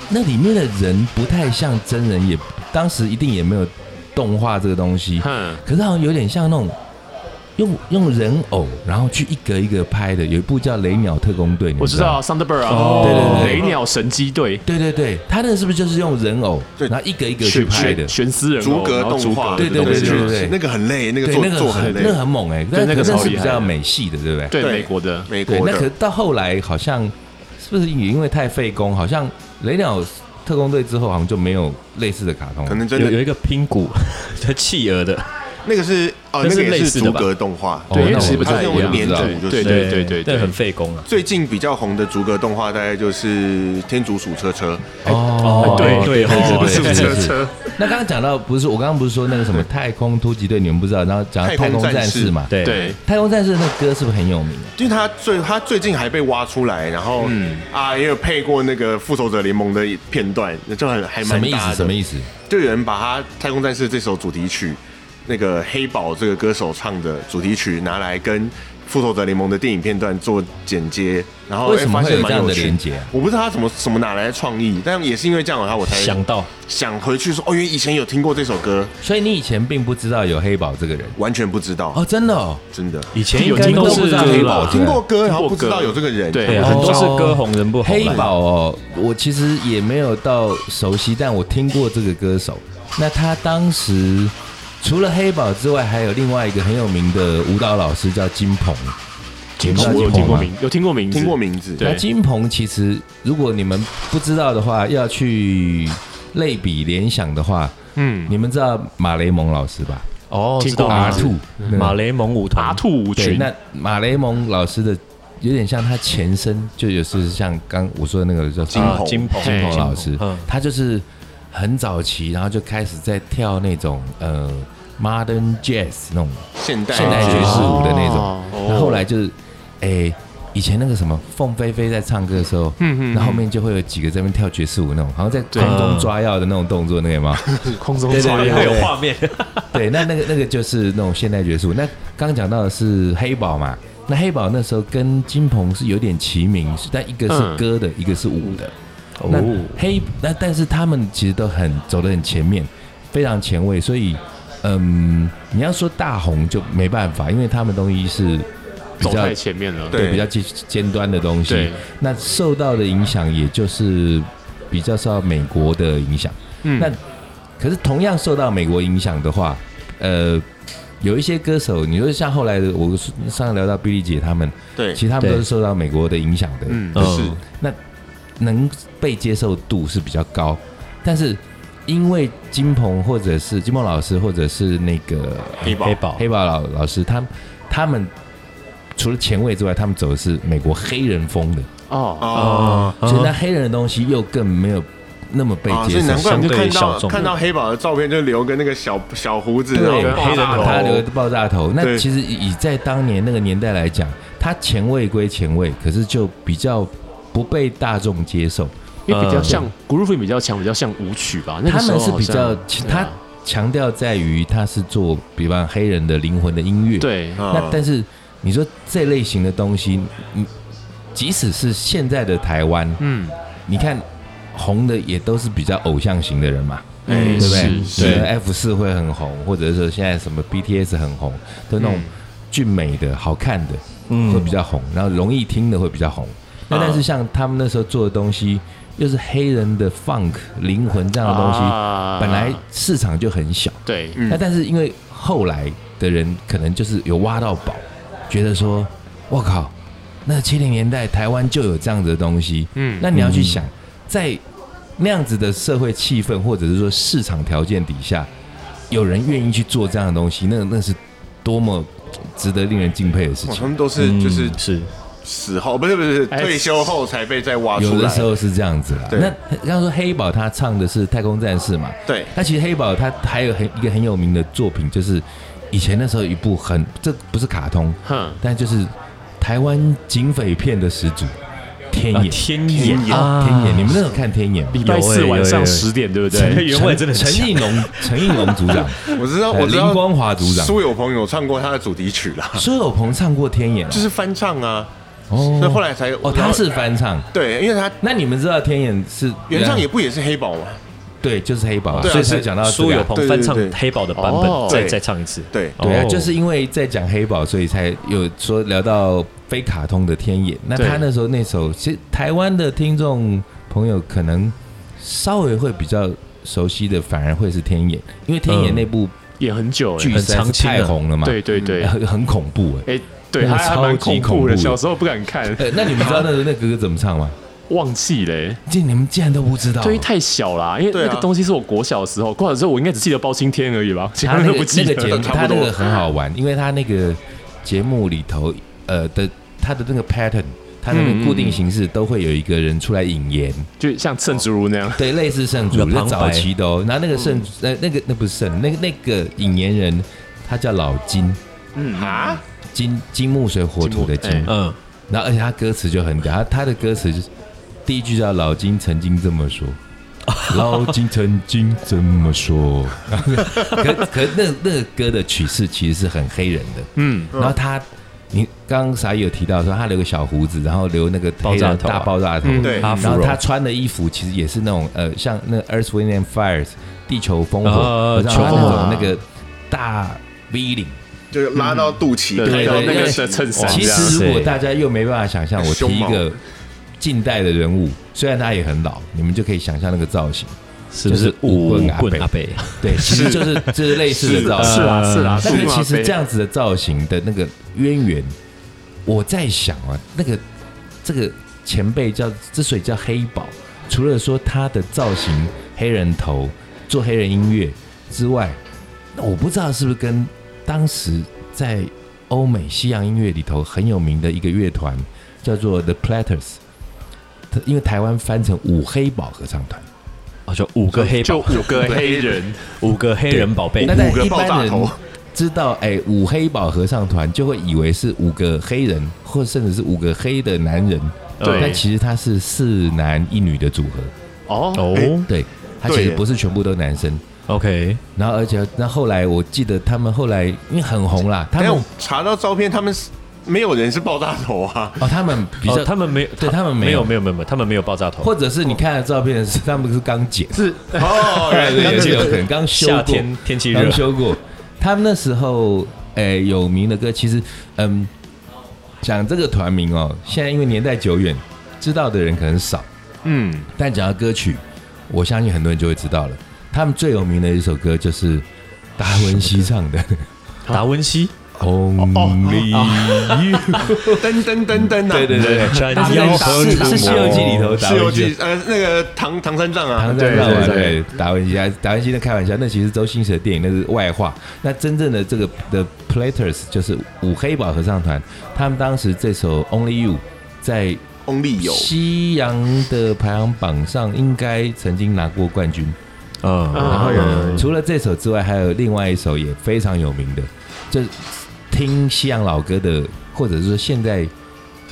那里面的人不太像真人，也当时一定也没有动画这个东西，
哼，
可是好像有点像那种用用人偶，然后去一格一格拍的。有一部叫《雷鸟特工队》，你
我
们
知道 Thunderbird 啊，
哦对对
对
雷鸟神机队
对对对，他那个是不是就是用人偶，
对
然后一格一格去拍的
悬？悬丝人偶哦
逐格
然后
动画，
逐格的
哦对对
东西
对对对
那个很累，那个
对，
做
那个
做很
很
累
那，个很猛哎，但
那个
可是
超
是
厉
比
害
较美系的，对不对？
对
对
美国的
美
对，
国
那可是
的。
到后来好像是不是也因为太费工，好像雷鸟特工队之后好像就没有类似的卡通了
可。能真
有有
的，
一个拼 骨的企鹅的，
那个是哦，
那
那
是
个也
类
是
似
逐
的吧
格动画，
哦
对，因为
那
其实
我
不太
它是
一
用
样，
连
粘
组，就是
对对对对对对，
但很费工啊。
最近比较红的逐格动画，大概就是《天竺鼠车车
哦
哎
对对
哎
对
哦
对对
鼠
对
车
对
车，
那刚刚讲到，不是我刚刚不是说那个什么太空突击队，你们不知道，然后讲到太
太空
空
战
战
士
士嘛，，
对
对，
太空战士那歌是不是很有名啊？
因为他最他最近还被挖出来，然后、
嗯
啊也有配过那个复仇者联盟的片段，那就很还
什
蛮
么意
搭
思？
的。
什么意思？
就有人把他《太空战士》这首主题曲，那个黑宝这个歌手唱的主题曲拿来跟《复仇者联盟》的电影片段做剪接，然后
为什么
哎发
会
现
有
蛮
这样的
趣
连结啊
我不知道他怎么什么哪来的创意，但也是因为这样，然后我才
想到
想回去说，哦，因为以前有听过这首歌，
所以你以前并不知道有黑宝这个人
完全不知道，
哦，真的哦，
真的。
以前
有
应该
听
都
过
是
这个
黑
啦
宝
我
吧
听过歌，然后
听过
不知道
歌
有这个人，
对
对，
哦
很多是
哦
歌红人不红啦。
黑宝哦，我其实也没有到熟悉，但我听过这个歌手。那他当时除了黑宝之外，还有另外一个很有名的舞蹈老师叫金鹏。
金
鹏
我有听过
吗
名，有听过名字，
听过名字，
对
那金鹏其实如果你们不知道的话，要去类比联想的话，
嗯，
你们知道马雷蒙老师吧？
哦，
听
知道
过
马
名字
兔
那
嗯马雷蒙舞团
阿兔舞
对，
群，
那马雷蒙老师的有点像他前身，就有是像刚我说的那个叫金
金
啊
鹏
金鹏
金
嘿
鹏哦老师
嗯，
他就是很早期，然后就开始在跳那种呃 modern jazz 那种
现代
现代爵士舞的那种
哦。
然后后来就是，哎，以前那个什么凤飞飞在唱歌的时候，
嗯嗯嗯
那后面就会有几个在那边跳爵士舞那种，好像在空中抓药的那种动作，那 个吗？
空中
对对哦
抓
对，
药
会有画面，
对，那那个那个就是那种现代爵士舞。那刚刚讲到的是黑宝嘛，那黑宝那时候跟金鹏是有点齐名，是但一个是
嗯
歌的，一个是舞的。
哦
那
哦
黑那但是他们其实都很走得很前面，非常前卫，所以嗯，你要说大红就没办法，因为他们东西是比
走
较
太前面了，
对
对比较尖尖端的东西
对，
那受到的影响也就是比较受到美国的影响。
嗯
那可是同样受到美国影响的话，呃，有一些歌手，你说像后来的，我上次聊到碧丽姐他们，
对
其，实哦他们
对
都是受到美国的影响的，
嗯，
嗯
是
能被接受度是比较高，但是。因为金鹏或者是金鹏老师，或者是那个
黑宝
黑宝
黑豹老老师，他们他们除了前卫之外，他们走的是美国黑人风的，嗯
哦，
哦。
所以那黑人的东西又更没有那么被
啊，所以
接受。
难怪我们就
相对
看
于小
到
众
看到黑宝的照片，就留个那个小小胡子，
对
然后爆
黑人
大
头
他
头
留个爆炸头，那
对
其实以在当年那个年代来讲，他前卫归前卫，可是就比较不被大众接受。
因为比较
呃
像 grooving 比较强，比较像舞曲吧，那个
他
时
们
候
是
好
比较
像，
其
对
他
啊
强调在于他是做，比方黑人的灵魂的音乐。，
对哎
啊
那但是你说这类型的东西，你即使是现在的台湾，
嗯，
你看红的也都是比较偶像型的人嘛，
哎
嗯对不对？
是
对
是
，F 四会很红，或者是现在什么 BTS 很红，都那
嗯
种俊美的、好看的会比较红，然后容易听的会比较红。那
啊
但是像他们那时候做的东西，又是黑人的 funk 灵魂这样的东西，
啊
本来市场就很小。
对
嗯
那但是因为后来的人可能就是有挖到宝，觉得说，我靠，那七零年代台湾就有这样子的东西，
嗯
那你要去想，在那样子的社会气氛或者是说市场条件底下，有人愿意去做这样的东西，那那是多么值得令人敬佩的事
哇他
情。
们都是
嗯
就是
是
死后，不是不是不
哎
是退休后才被再挖出
有的
来
时。候是这样子啦。
对
那刚刚说黑宝他唱的是《太空战士》嘛，
对，
那其实黑宝他还有很一个很有名的作品，就是以前那时候有一部很这不是卡通，
哼
但就是台湾警匪片的始祖天
啊
眼。
天眼
啊，天眼！你们那时候看天眼吗？
礼拜四
有欸
晚
有
上
欸
十点，对不
陈
对？
原味真的很
陈
强
应龙，陈应龙组长，
我知道，
呃
我知道
林光华组长
苏有朋有唱过他的主题曲啦，
苏有朋唱过天眼啊，
就是翻唱啊，
哦
所以后来才
哦，他是翻唱。啊
对，因为他
那你们知道天眼是
原唱也不也是黑宝嘛，
对，就是黑宝啊，
对啊
所以
所
才
以
讲到这
苏
个啊
有朋
对对
翻唱
对
黑宝的版
哦
本，再
对
再唱一次。
对，
对啊，
哦
就是因为在讲黑宝，所以才有说聊到非卡通的天眼。那他
对
那时候那首，其实台湾的听众朋友可能稍微会比较熟悉的，反而会是天眼，因为天眼
嗯
那部
演很久
剧
欸，
实在
很常
是
青啊
太红了嘛，
对对对，
很很恐怖 哎。
哎，对，
那个
还还蛮
超级
恐
恐怖
怖
的
的，小时候不敢看，
呃，那你们知道那个那哥哥怎么唱吗？
忘记嘞。
这你们竟然都不知道，啊
对，太小啦，因为
对啊
那个东西是我国小的时候，国小的时候我应该只记得包青天而已吧，其
他
他
那
都
个
不记
那
得
个节目，
差
他
不
那
多
个很好玩，因为他那个节目里头，呃的他的那个 pattern 它那
嗯
个固定形式都会有一个人出来引言，
就像圣主如那样，
对，类似圣主，
有
那
旁白
早期的哦。然后那个圣，呃，那个那不是圣，那个那个引言人，他叫老金，
嗯啊，
金金木水火土的金。
金木
嗯，
然后而且他歌词就很屌，他他的歌词就是第一句叫老金曾经这么说。老金曾经这么说， 可可那那个歌的曲式其实是很黑人的，
嗯，
然后他，你刚刚傻也有提到说他留个小胡子，然后留那个黑
爆
人
炸头啊
大爆炸头，
嗯
对
然后他穿的衣服其实也是那种呃，像那 Earth Wind and Fires 地球烽火，
呃
然后
球
他那
风
种
啊
那个大 V 领。
就是拉到肚脐，
对
开
对
到
嗯对
那个
对
是衬衫
其
这样，
实如果
塞
大家又没办法想象，我提
胸
一
毛
个近代的人物，虽然他也很老，你们就可以想象那个造型。
是不是
武
武
棍
棍
阿伯
阿贝？
对，其实 就是就是类似的造型。
是啊是啊，
嗯但
是
呃是
吗
其实这样子的造型的那个渊源，我在想啊，那个这个前辈叫之所以叫黑宝，除了说他的造型黑人头做黑人音乐之外，那我不知道是不是跟当时在欧美西洋音乐里头很有名的一个乐团叫做 The Platters，它因为台湾翻成五黑宝合唱团。
哦，就五个黑
就
宝，
五个黑人，
五个黑人宝贝
那。但
五个
一
爆炸
般人
头
知道，哎、五黑宝合唱团就会以为是五个黑人，或甚至是五个黑的男人，
对
但其实他是四男一女的组合，
哦，
哦
对，他
嗯对
其实
耶
不是全部都男生。
，OK，
然后，而且那后来我记得他们后来因为很红啦，他
但
们
哎我查到照片，他们是没有人是爆炸头啊，
哦，他们比较、
哦他们没有，
对他们没
没
有
有，没有，没有，没有他们没有爆炸头。
或者是你看的照片是他们是刚剪，
是
哦，原来
对，
是
有
这样
是有可能刚修
夏
过，
天天气热
刚，修过。他们那时候，诶、有名的歌，其实，嗯，讲这个团名哦，现在因为年代久远，知道的人可能少，
嗯，
但讲到歌曲，我相信很多人就会知道了。他们最有名的一首歌就是达文西唱的《
达文西，
Only You》，
噔噔噔噔啊，对对对
但是在是是《西游记》里头，达
西游
文西
记呃那个唐唐三 藏啊，
唐
对
三藏嘛，
对对
对，达文西，达文西在开玩笑，那其实周星驰的电影，那是外话。那真正的这个的 Platters 就是五黑宝合唱团，他们当时这首 Only You 在
，Only 有
西洋的排行榜上应该曾经拿过冠军。
嗯，
然后
除了这首之外，还有另外一首也非常有名的，就是听西洋老歌的，或者是说现在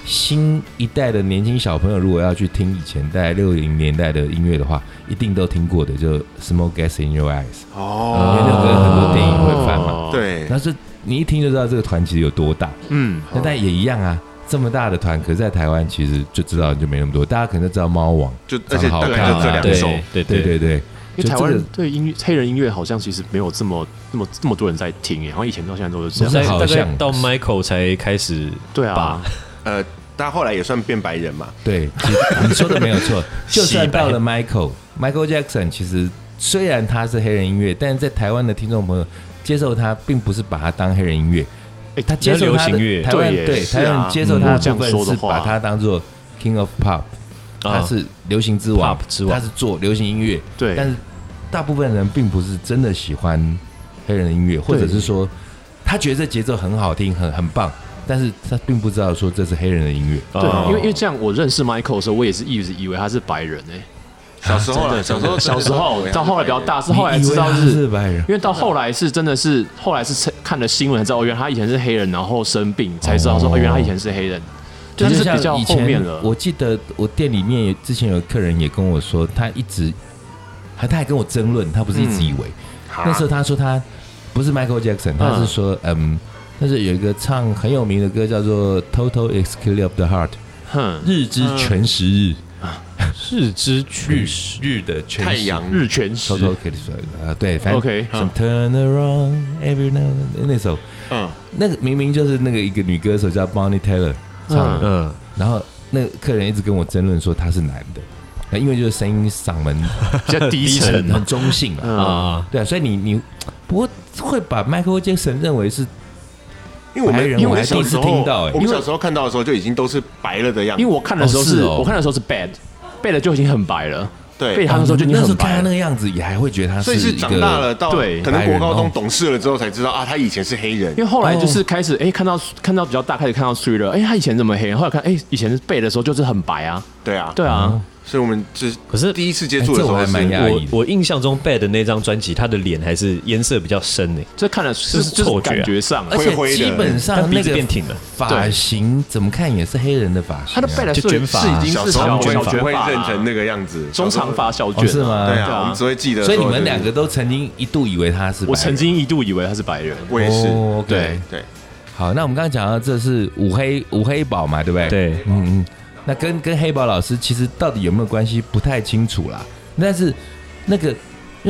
新一代的年轻小朋友，如果要去听以前在六零年代的音乐的话，一定都听过的，就《Smoke Gas in Your Eyes》，因为
哦，
那首歌很多电影会翻嘛。
哦，
对，
但是你一听就知道这个团其实有多大。
嗯，
那但也一样啊，这么大的团，可是在台湾其实就知道就没那么多，大家可能都知道猫王，
就
长
而
得
且
好
大概
看
就这
啊
两
对
首，
对
对
对
对对，
因为
就
台
这
湾
个
人对音乐黑人音乐好像其实没有这么那么这么多人在听耶，好像以前到现在都是
大
这
不是
概
样。
好
大概
像
到 Michael 才开始，
对啊，
呃，大家后来也算变白人嘛，
对， 其实你说的没有 错。就算到了 Michael Michael Jackson，其实虽然他是黑人音乐，但是在台湾的听众朋友接受他，并不是把他当黑人音乐，
哎，
他接受
流
他的
行乐
台湾
对耶
对
是
台
啊
湾人接受他
嗯这
的
样
部分
说的
是
话
把他当做 King of Pop，他是流行之王
Pop，之王
他是做流行音乐，
对
但是大部分人并不是真的喜欢黑人音乐，或者是说他觉得这节奏很好听，很很棒，但是他并不知道说这是黑人的音乐。
对，因为因为这样，我认识 Michael 的时候，我也是一直以为他是白人诶。
啊
小时候啦，啊小时候
小时候到后来比较，大，是后来
你以为
知道
他
是
是白人
因，为到后来是真的是后来是看了新闻才知道，哦，原来他以前是黑人，然后生病才知道说，
哦
哦，原来他以前是黑人，
就
就是是
像
比较
以
后
前
面了。
我记得我店里面有之前有客人也跟我说，他一直还他还跟我争论，他不是一直以为、
嗯
啊
那时候他说他不是 Michael Jackson，他是说嗯，但是有一个唱很有名的歌叫做《Total Exclude of the Heart》，
哼，
日之全食日，
日之
日
全食
日的全
太
食
阳
日全食
Total Exclude 啊，对，反正
OK，
什么 Turn Around Every Now and Then 那首，
嗯，
那个明明就是那个一个女歌手叫 Bonnie Taylor 唱的。
嗯，
然后那个客人一直跟我争论说他是男的，那因为就是声音嗓门
比较低沉
很很中性啊，
啊，
啊，
对啊，所以你你不过会把 Michael Jackson 认为是
因为我
白
们
人
因为
我
我
还
们小
第一次
时候
听到欸
我
因
们
为
小时候看到的时候就已经都是白了的样子
因为，我看的时候
哦
是
是哦
我看的时候是 bad，bad 就已经很白了，
对
被他那时候就已经
那时
很
候看
白
他那
了。
个样子，也还会觉得他
所
是
以是
一个
长大了到
对
可能国高
白人
中
哦
懂事了之后才知道啊，他以前是黑人
因为。后来就是开始，哎、看到看到比较大，开始看到 t 了，哎，他以前怎么黑？后来看，哎，以前背的时候就是很白啊，
对啊，
对啊，
所以我们就是
可是
第一次接触的时候
哎这我还蛮讶
是
异
我我印象中 Bad 的那张专辑，他的脸还是颜色比较深呢、
这看了是
这是
就是
错觉啊
感觉上，
而
灰灰
且
的
基本上
但鼻
那
子
个
变挺了
发型怎么看也是黑人的发型啊，
他的背的
就是卷发
是已经
小
是
时候啊
小
不会
卷
不会
发啊
认成
啦，
那个样子，
中长发小
哦
卷
是吗？
啊
对
对
啊，
啊
我们只会记得说。
所以你们两
对，
个都曾经一度以为他是白人，
我曾经一度以为他是白人，
我也是，
哦，OK
对对，
好，那我们刚刚讲到这是五黑五黑宝嘛，对不对？，
对，
嗯嗯，那跟跟黑宝老师其实到底有没有关系不太清楚啦，但是那个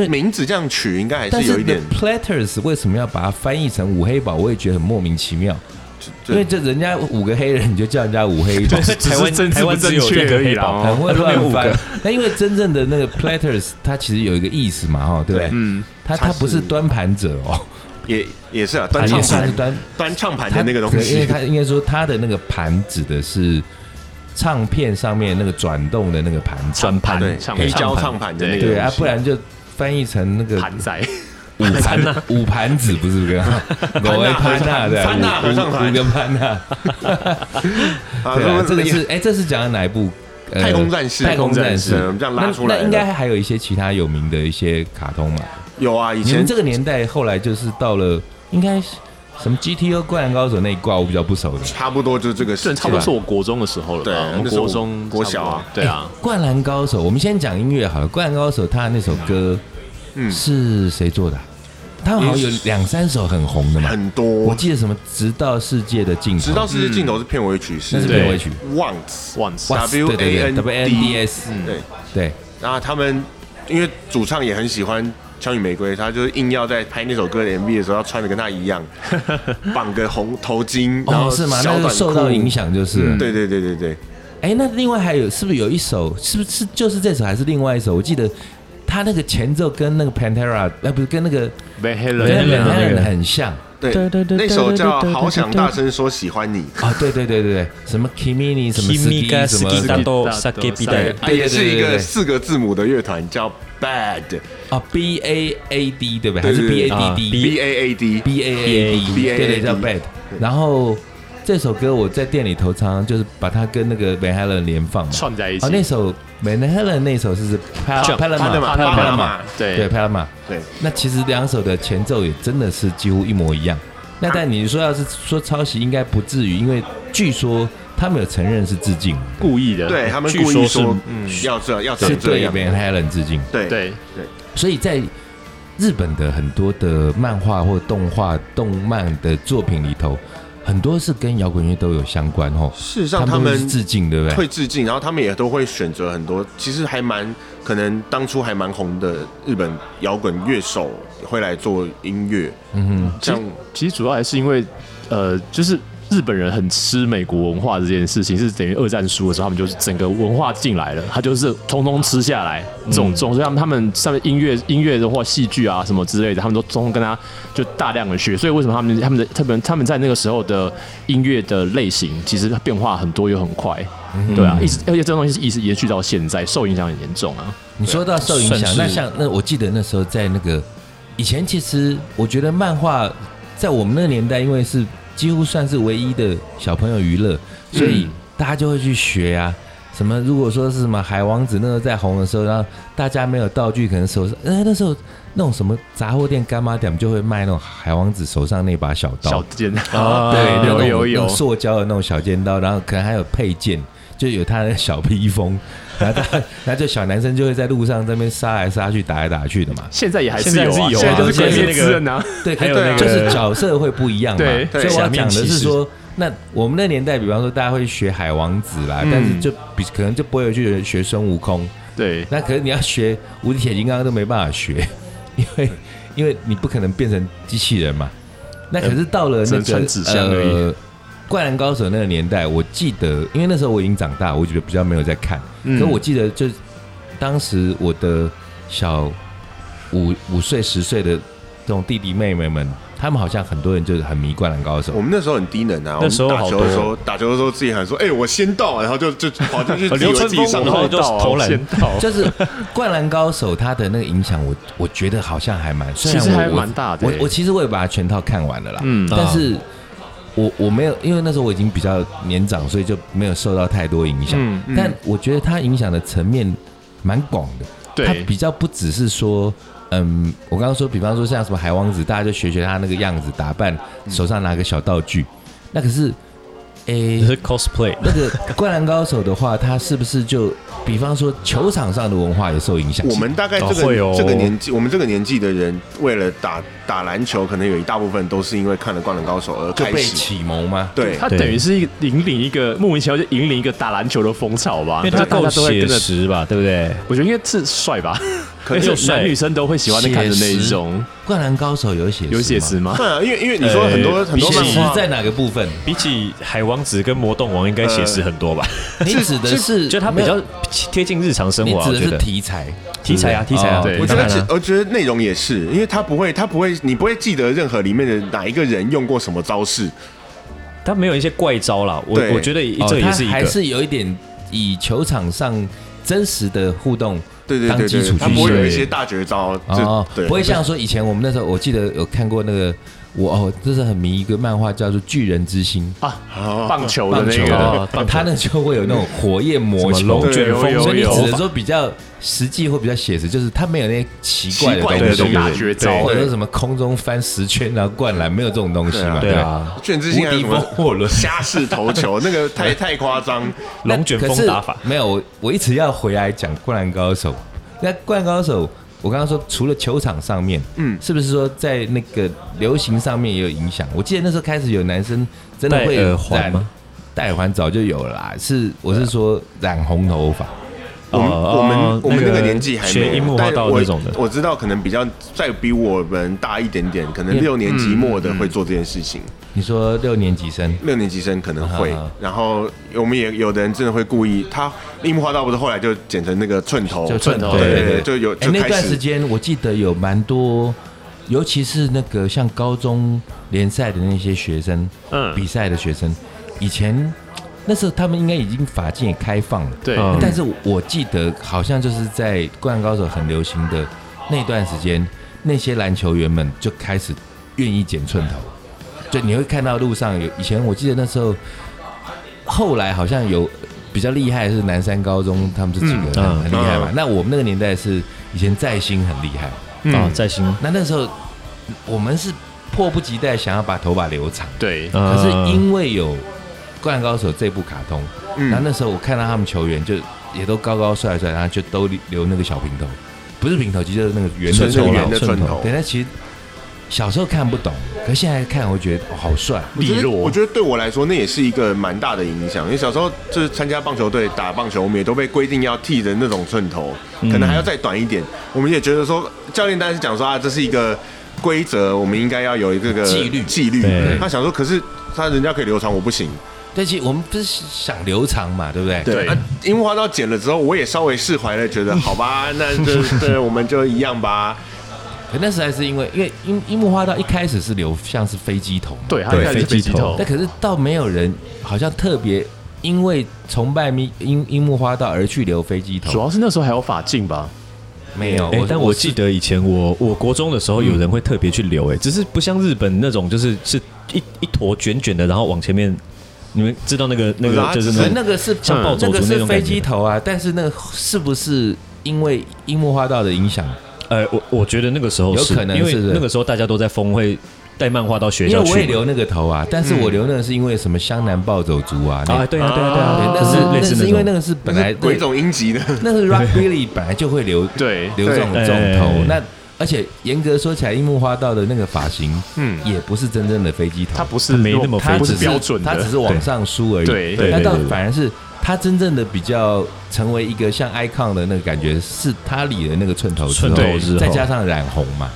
名字这样取应该还
但
是有
是
一
The
点，
Platters 为什么要把它翻译成五黑宝，我也觉得很莫名其妙，
就
因为这人家五个黑人你就叫人家五黑 宝，
只
台
是
湾
政治
台
不
湾只
正
有
确
一个
而已
黑
啦
宝，
很会
台湾
乱
有五
翻
个。
那因为真正的那个 Platters 它其实有一个意思嘛，哈，对不对？
对
嗯，
它它不是端盘者哦，
也也是啊，
它
端
也
唱
算是
盘
端
端唱盘
他
的那个东
因为
西，
他应该说他的那个盘指的是唱片上面那个转动的那个盘子，
转盘
对，
唱
黑胶
盘
唱盘的那
对
个
对啊，
东西
不然就翻译成那个
盘仔，
五盘呐，五盘子不是不是？我
呐
盘呐，对啊，
潘娜
五
合唱团
五个盘呐，
啊
对啊，这个
也
是哎，这是讲的哪一部？呃
太空战士
太空战士
嗯我们这样拉
那
出来
那
的
应该还有一些其他有名的一些卡通嘛。
有啊，以
你
前
们这个年代后来就是到了，应该是什么 GTO 灌篮高手那一挂，我比较不熟的。
差不多就是这个
这
事，
差不多是我国中的时候了
对
吧？我
那
们
是我
国中
国小啊
差不多对啊，
欸灌篮高手》，我们先讲音乐好了。《灌篮高手》他那首歌，
嗯
是谁做的啊、他们好像有两三首很红的嘛。
很
我
多。
记得什么《直到世界的尽头》，
直到世界尽头是片尾曲，
那是
是
片尾曲。
Once
once
哇
W
对对
A
对
N 嗯
W N D S，
对，
对，
然后他们因为主唱也很喜欢。枪与玫瑰，他就是硬要在拍那首歌的 MV 的时候，要穿的跟他一样，绑个红头巾，然后
哦，是吗？
小短
那个
裤嗯
受到影。响就是了。
对对对对对，
哎，那另外还有是不是有一首？是不是是就是这首还是另外一首？我记得他那个前奏跟那个 Pantera，哎，不是跟那个
Van
Van
Halen，
Halen 那
Halen
个
很像
对对对，那首叫《好想大声说喜欢你》，
啊！对对对对对，什么 Kimi 什么 Ski 什么
Kimika
什么
Skidato
Skidato
Sake
对
Bidai
啊也是一
对对对对
个
对
四个字母的乐团，叫 Bad
啊，B A A D 对不
对
对？还是 B
对
A
对
D D
啊 B A A D
B A A D
B A A D
对对叫 Bad。然后这首歌我在店里头常常就是把它跟那个 Van Halen 连放嘛。
串在一起
啊，那首 Van Halen 那首是 Pal
Jump
Palama
Palama
Palama 对
对
Palama。
对，
那其实两首的前奏也真的是几乎一模一样。那但你说要是说抄袭，应该不至于，因为据说他们有承认是致敬，
故意的，
对他们
据
故意
说是
说，嗯，要这要
是
长这
对
样，
Van Halen 致敬。
对
对，
所以在日本的很多的漫画或动画、动漫的作品里头，很多是跟摇滚乐都有相关哦。
事实上他
们都是
们
致敬，对不对？
会致敬，然后他们也都会选择很多，其实还蛮可能当初还蛮红的日本摇滚乐手会来做音乐，
嗯哼，
像
其实主要还是因为，呃，就是日本人很吃美国文化这件事情，是等于二战输的时候，他们就是整个文化进来了，他就是通通吃下来，这种这种，所以他们他们上面音乐音乐的话，戏剧啊什么之类的，他们都通通跟他就大量的学，所以为什么他们他们的他们他们在那个时候的音乐的类型，其实变化很多又很快，对啊，一直而且这东西是一直延续到现在，受影响很严重啊，
你说到受影
算
响，
是
那像那我记得那时候在那个以前，其实我觉得漫画在我们那个年代，因为是几乎算是唯一的小朋友娱乐，所以大家就会去学呀、什么如果说是什么海王子那时候在红的时候，然后大家没有道具，可能手上，哎、那时候那种什么杂货店、干妈店就会卖那种海王子手上那把小刀，
小尖
啊
哦对，那
有
种
有有
用塑胶的那种小尖刀，然后可能还有配件，就有他的小披风，然后他，然后就小男生就会在路上这边杀来杀去、打来打去的嘛。
现在也还是
现在
有
还
啊，
是有啊
现在就是
现
鬼
在
灭
那个
之刃啊，
对，
还有
对啊
那个
就是角色会不一样嘛。
对
所以我要讲的是
假面
说，那我们那年代，比方说大家会学海王子啦，但
嗯
是就比可能就不会去学孙悟空。
对。
那可是你要学无敌铁金刚都没办法学， 因为因为你不可能变成机器人嘛。那可是到了那
只能
个
穿纸箱而已
呃《灌篮高手》那个年代，我记得，因为那时候我已经长大，我觉得比较没有在看。
嗯
可我记得就，当时我的小五五岁、十岁的这种弟弟妹妹们，他们好像很多人就是很迷灌篮高手
我，们那时候很低能啊，
那时候
我们打球的时
好
候，打球的时候自己喊说：“哎、我先到。”然后就 就跑进去，
刘春
自己
风
上
然
后
后就投篮，
就是《灌篮高手》它的那个影响，我我觉得好像还蛮，虽然
其实
我
还
我
蛮大的
我
欸
我其实我也把它全套看完了啦，
嗯
但是我我没有，因为那时候我已经比较年长，所以就没有受到太多影响。
嗯
但我觉得它影响的层面蛮广的，它
对，
比较不只是说。嗯，我刚刚说，比方说像什么海王子，大家就学学他那个样子打扮，手上拿个小道具。那可是，诶、
你是 cosplay，
那个《灌篮高手》的话，他是不是就比方说球场上的文化也受影响？
我们大概这
哦
个、
会哦
这个年纪，我们这个年纪的人，为了打打篮球，可能有一大部分都是因为看了《灌篮高手》而
就
开
被
始。
启蒙吗？
对，
他等于是一个引领一个莫名其妙就引领一个打篮球的风潮吧，
因为
就
啊他
大
够
家都会
写
跟着。
实吧，对不对？
我觉得应该是帅吧，
可能
而
有
且
帅
男女生都会喜欢的看的那一种，
《灌篮高手》有写
有写
词
实
吗？
吗？
对啊，因为因为你说很多、
呃
很多
写
漫
实
画
在哪个部分？
比起海王子跟魔动王，应该写实很多吧？
你指的是
就他比较贴近日常生
没有，
活啊，
你
我
指
觉
的是
得
题材。
题材啊，题材啊，
哦
对
我觉得
当然
其
啊，
我觉得内容也是，因为他不会，他不会，你不会记得任何里面的哪一个人用过什么招式。
他没有一些怪招啦，我
对
我觉得
哦
这也
它
是一
还
个。
是有一点以球场上真实的互动
对对
当
对
基
对，
础
他
去
不会有一
写
些。大绝招，就
哦
对，，
不会像说以前我们那时候，我记得有看过那个，我哦，这是很迷一个漫画叫做《巨人之心》。
哦
啊棒球的
棒
那
球
个，
啊，他那就会有那种火焰魔
什
球
么龙
卷风
所以你
有
只能说比较实际或比较写实，就是他没有那些奇
奇
怪的
怪
东
的
西，
东西
大绝招
对
或者说什么空中翻十圈然后灌篮，没有这种东西嘛？
对
对啊，
卷之星还有什
无敌风火
么
轮
虾式投球，那个太太夸张。
那
龙卷
可
风
是
打法，
没有，我我一直要回来讲《灌篮高手》。那《灌篮高手》，我刚刚说除了球场上面，
嗯
嗯，是不是说在那个流行上面也有影响？我记得那时候开始有男生真的会
戴耳环
染
吗？
戴耳环早就有了啦，是我是说染红头发，
我们
哦
我们
哦
我们那
那
个
个
年纪还没
学
有
樱木
但
花道
我
那种的
我知道可能比较再比我们大一点点，可能六年级末的会做这件事情，
你说六年级生，
六年级生可能会
啊。
然后我们也有的人真的会故意，他樱木花道不是后来就剪成那个寸头，
就寸头
哦对
对
对对，
对
就有
哎、
就
那
开
段时
始
间我记得有蛮多，尤其是那个像高中联赛的那些学生，
嗯
比赛的学生，以前那时候他们应该已经法禁也开放了，
对，
嗯
但是我记得好像就是在《灌篮高手》很流行的那段时间，那些篮球员们就开始愿意剪寸头，就你会看到路上有以前我记得那时候，后来好像有比较厉害的是南山高中，他们这几个
嗯
很很厉害嘛
嗯。
那我们那个年代是以前在兴很厉害，
啊，在新，
那那时候我们是迫不及待想要把头发留长。
对，
可
啊
可是因为有《灌篮高手》这部卡通，
嗯
然后那时候我看到他们球员就也都高高帅帅，然后就都留那个小平头，不是平头，其实就是那个圆的
寸
头
圆
啦。
的寸头
对，。那其实小时候看不懂，可现在看我觉得、哦、好帅。
我觉
利
得
落
我觉得对我来说，那也是一个蛮大的影响。因为小时候就是参加棒球队打棒球，我们也都被规定要剃的那种寸头，可能还要再短一点。我们也觉得说，教练当时讲说啊，这是一个规则，我们应该要有这个
纪律
纪律
对。
他想说，可是他人家可以留长，我不行。
对，其实我们不是想留长嘛，对不对？
对
啊，樱花刀剪了之后，我也稍微释怀了，觉得好吧，那就对，我们就一样吧。
可那时候还是因为因为樱樱木花道一开始是留像是飞机头嘛，
对，他
对
应该是飞
飞机
机
头
头
但，可是倒没有人好像特别因为崇拜樱樱樱木花道而去留飞机头，
主要是那时候还有法镜吧，
没有，
哎、但我记得以前我我国中的时候，有人会特别去留、哎、只是不像日本那种，就是是一一坨卷卷的，然后往前面，你们知道那个那
不是啊
个就是
只
那
可
种
那个是
像暴走族
那个
那
是
种
飞
感
机
觉。
头啊，但是那个是不是因为樱木花道的影响？
呃，我我觉得那个时候
有
是
可能
因为
是不是
那个时候大家都在疯会带漫画到学
因为
校
我也
去嘛。
留那个头啊，但是我留那个是因为什么湘南暴走族啊，那
啊，对啊，对啊，对啊，
对
就
那是
类
那
似
是因为那
种
个是本来
鬼冢英吉的，
那是 Rock Billy 本来就会留
对，
留这种
对
这种
哎
头，那而且严格说起来，樱木花道的那个发型，嗯
嗯，
也不是真正的飞机头，
他不是
没那么
他
它
不
只
是
是
标准的，
它只是往上梳而已。
对
对
那
对
倒
对对
反而是它真正的比较成为一个像 icon 的那个感觉，是它理的那个寸头之
寸头之
后，
后
再加上染红嘛，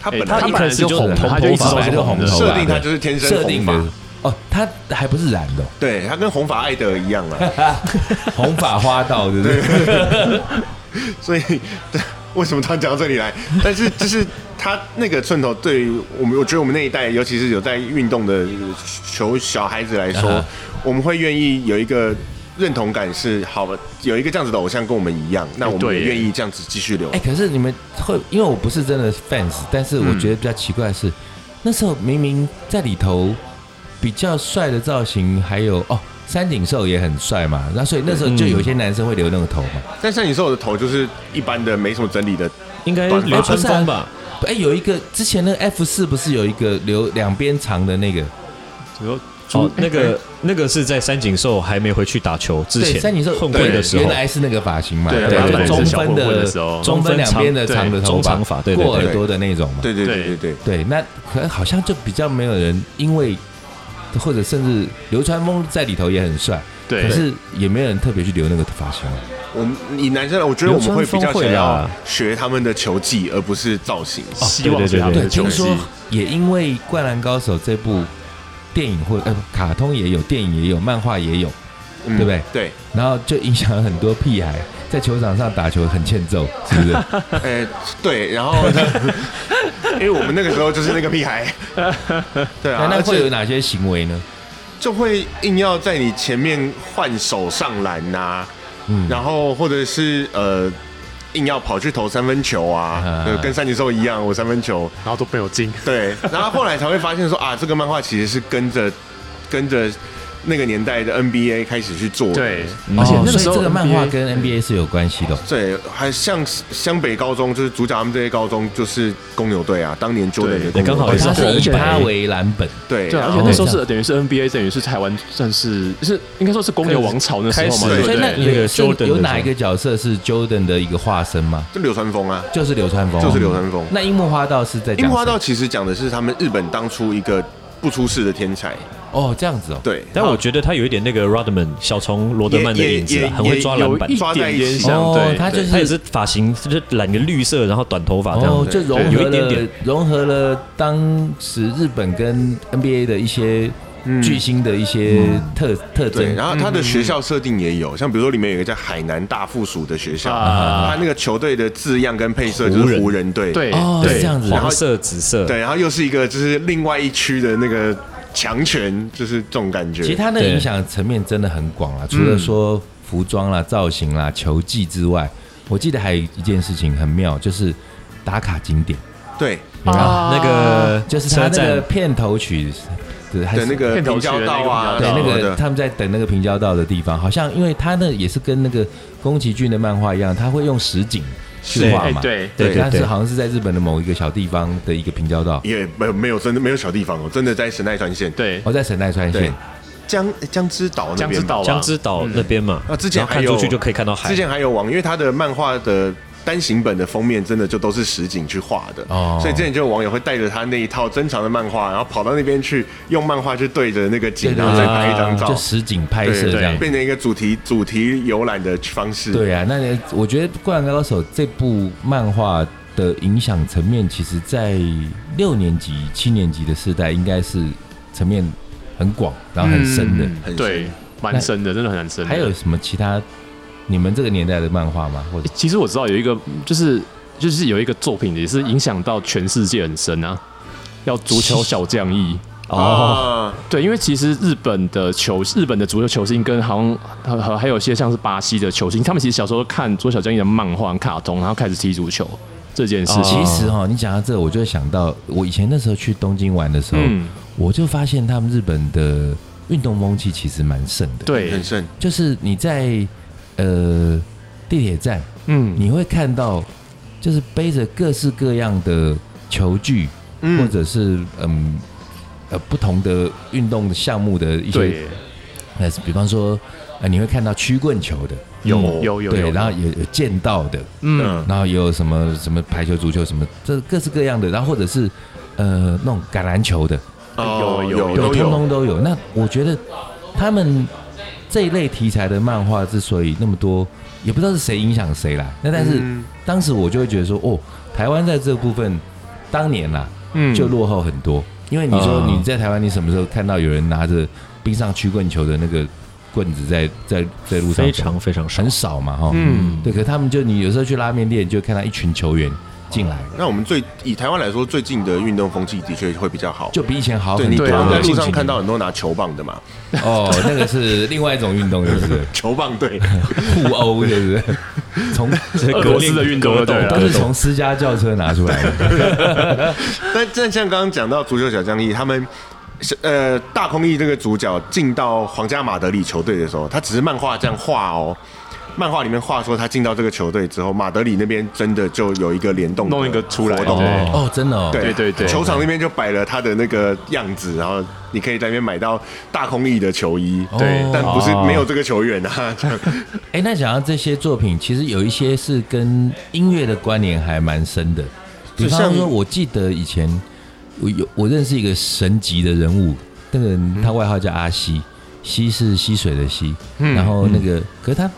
他本
哎
来
他
一开始
本来
就
红
红
头，他就一直
头
都
发本
是
来就
红
红
的
头
设定他就是天生
设
红
定
发
的，。哦，它还不是染的哦，
对他跟红发艾德一样啊。
红发花道，对不对？
所以为什么他讲到这里来？但是就是他那个寸头对于我们，我觉得我们那一代，尤其是有在运动的球小孩子来说，我们会愿意有一个认同感是好吧，有一个这样子的偶像跟我们一样，那我们
对
也
耶
愿意这样子继续留
哎、。可是你们会，因为我不是真的 fans，但是我觉得比较奇怪的是，那时候明明在里头比较帅的造型，还有哦，三井寿也很帅嘛，那所以那时候就有一些男生会留那个头嘛。
嗯
但像你说我的头就是一般的，没什么整理的，
应该
短发
流川枫吧？
啊哎、有一个之前那个 F 四不是有一个留两边长的那个？
哦，那个那个是在三井寿还没回去打球之
对，
前，
三井寿
混混的时
原
候，
来是那个发型嘛，
对
对
他本来是
中
小
分
混混的时候
的中分两边的
中分长
长的头
中
发
长发对对
过
对
耳朵的那种嘛。
对对对对
对
对。
对，那可能好像就比较没有人，因为或者甚至流川枫在里头也很帅，
对
可是也没有人特别去留那个发型啊了。
我们以男生来，我觉得我们会比较想
流川枫会
要
啦
学他们的球技，而不是造型。
希望是他们
对
的球
听
技
说。也因为《灌篮高手》这部电影或呃卡通也有，电影也有，漫画也有，
嗯
对不对
对，
然后就影响了很多屁孩在球场上打球很欠揍，是不是？
哎，对，然后因为我们那个时候就是那个屁孩，对
那
啊，
那
而
会有
且
哪些行为呢？
就会硬要在你前面换手上篮呐、
嗯，
然后或者是呃硬要跑去投三分球啊，
啊
呃跟三井寿一样，我三分球
然后都没有进，
对，然后后来才会发现说啊，这个漫画其实是跟着跟着那个年代的 NBA 开始去做的，
对，
而
而
哦
且
且
那
那个
个时
时
候
候
哦这个漫画
NBA
跟 NBA 是有关系的哦。
对，还像湘北高中，就是主角他们这些高中就是公牛队啊，当年 Jordan 的公牛
对
刚好
队
也
它
是
是
红
以
白
它为蓝本，
对，
对啊，
然
而
后
且那时候
这
是等于是 NBA，等于是台湾算是是应该说是公牛王朝那时候嘛，
开
对
始
不
所以那
对？
那
有
个
是
Jordan 的
有
时
哪
候
一个角色是 Jordan 的一个化身吗？
就流川枫啊，
就是流川枫，
就是流川枫。
那樱木花道是在讲
樱花道
谁
其实讲的是他们日本当初一个不出世的天才，
哦，这样子哦，
对，
但我觉得他有一点那个 Rodman 小虫罗德曼的影子
也也
啊，很会抓
也
篮
有
板
一。
抓在
点
一
点
起
像，
哦，他
对，
就
他也
是
是发型，就是染个绿色，然后短头发这样
哦，
子。
就融
有
合
一点
了
点
融合了当时日本跟 NBA 的一些巨星的一些特特
嗯对，
征，
然后他的学校设定也有，像比如说里面有一个叫海南大附属的学校，
啊
他那个球队的字样跟配色就是湖人队，
对
哦
对
是这样子，
黄色、紫色，
对，然后又是一个就是另外一区的那个强权，就是这种感觉。
其实它那个影响层面真的很广啦，啊
嗯
除了说服装啦、造型啦、球技之外，我记得还有一件事情很妙，就是打卡景点，
对
啊，那
呃
个
就是
车
他那个
站
片头曲对，还
的
是
那个
片头
平
曲的
交
那个
道啊，
平
对
交
什
道
那
么
个
的
他们在等那个平交道的地方，好像因为他那也是跟那个宫崎骏的漫画一样，他会用实景去
对
画
哎
嘛，
对
对对
但是
对
好像是在日本的某一个小地方的一个平交道，
也没有没有真的没有小地方哦，真的在神奈川县，
对
哦我在神奈川县
对。江江之岛那
江
边
之
吧
啊
岛吧
江之岛那边嘛。
嗯
啊，之前
然
还
后看
有
出去就可以看到海
之。前还有网，因为他的漫画的单行本的封面真的就都是实景去画的，
哦
所以之前就有网友会带着他那一套珍藏的漫画，然后跑到那边去用漫画去对着那个景，
对对啊
然后再拍一张
就
照，
实景拍
对
摄这样
对，变成一个主题主题游览的方式。
对啊，那你我觉得《灌篮高手》这部漫画的影响层面，其实在六年级、七年级的世代，应该是层面很广，然后很深的。
嗯
很深
对，蛮深的，真的很难深的。
还有什么其他你们这个年代的漫画吗？或者
其实我知道有一个，就是就是有一个作品也是影响到全世界很深啊，叫《足球小将一》。
哦，
啊，
对，因为其实日本的球，日本的足球球星跟好像和和还有一些像是巴西的球星，他们其实小时候看足球小将一的漫画、卡通，然后开始踢足球这件事情。
哦其实哈、你讲到这个，我就想到我以前那时候去东京玩的时候，
嗯，
我就发现他们日本的运动风气其实蛮盛的。，
对
很，深，
就是你在呃地铁站，
嗯，
你会看到，就是背着各式各样的球具，或
嗯，
者是嗯呃不同的运动项目的一些，
对，
呃，比方说呃你会看到曲棍球的，
有有有
对，
有，
然后有有剑道的，
嗯，
然后也有什么什么排球、足球什么，这各式各样的，然后或者是呃那种橄榄球的，
哦
有有
有
有
都
对，通
有，
通都有。那我觉得他们这一类题材的漫画之所以那么多，也不知道是谁影响谁啦。那但是
嗯
当时我就会觉得说，哦，台湾在这部分当年啦
嗯
就落后很多，因为你说
嗯
你在台湾，你什么时候看到有人拿着冰上曲棍球的那个棍子在在在路上
非
走
常非常少
很。少嘛哈？
嗯
对，可他们就你有时候去拉面店，就看到一群球员进来，
那我们最以台湾来说，最近的运动风气的确会比较好。
就比以前好
对
很
你
多
常
对
常
啊
在
了。
路上看到很多拿球棒的嘛，
哦，那个是另外一种运动，就是
球棒队，
互殴，就是从
俄罗斯的运动就对啊了
都是从私家轿车拿出来的。
但但像刚刚讲到足球小将一，他们是呃大空翼这个主角进到皇家马德里球队的时候，他只是漫画这样画哦。漫画里面画说他进到这个球队之后，马德里那边真的就有一个联动的
弄一个出来
活动
对
哦，真的哦，
对
对对对
球场那边就摆了他的那个样子，然后你可以在那边买到大空翼的球衣，
对
但
哦
不是没有这个球员啊，这样
哎，那讲到这些作品，其实有一些是跟音乐的关联还蛮深的。比
就像
方说，我记得以前我有我认识一个神级的人物，那个
嗯
人他外号叫阿西，西是溪水的溪，
嗯
然后那个可是他，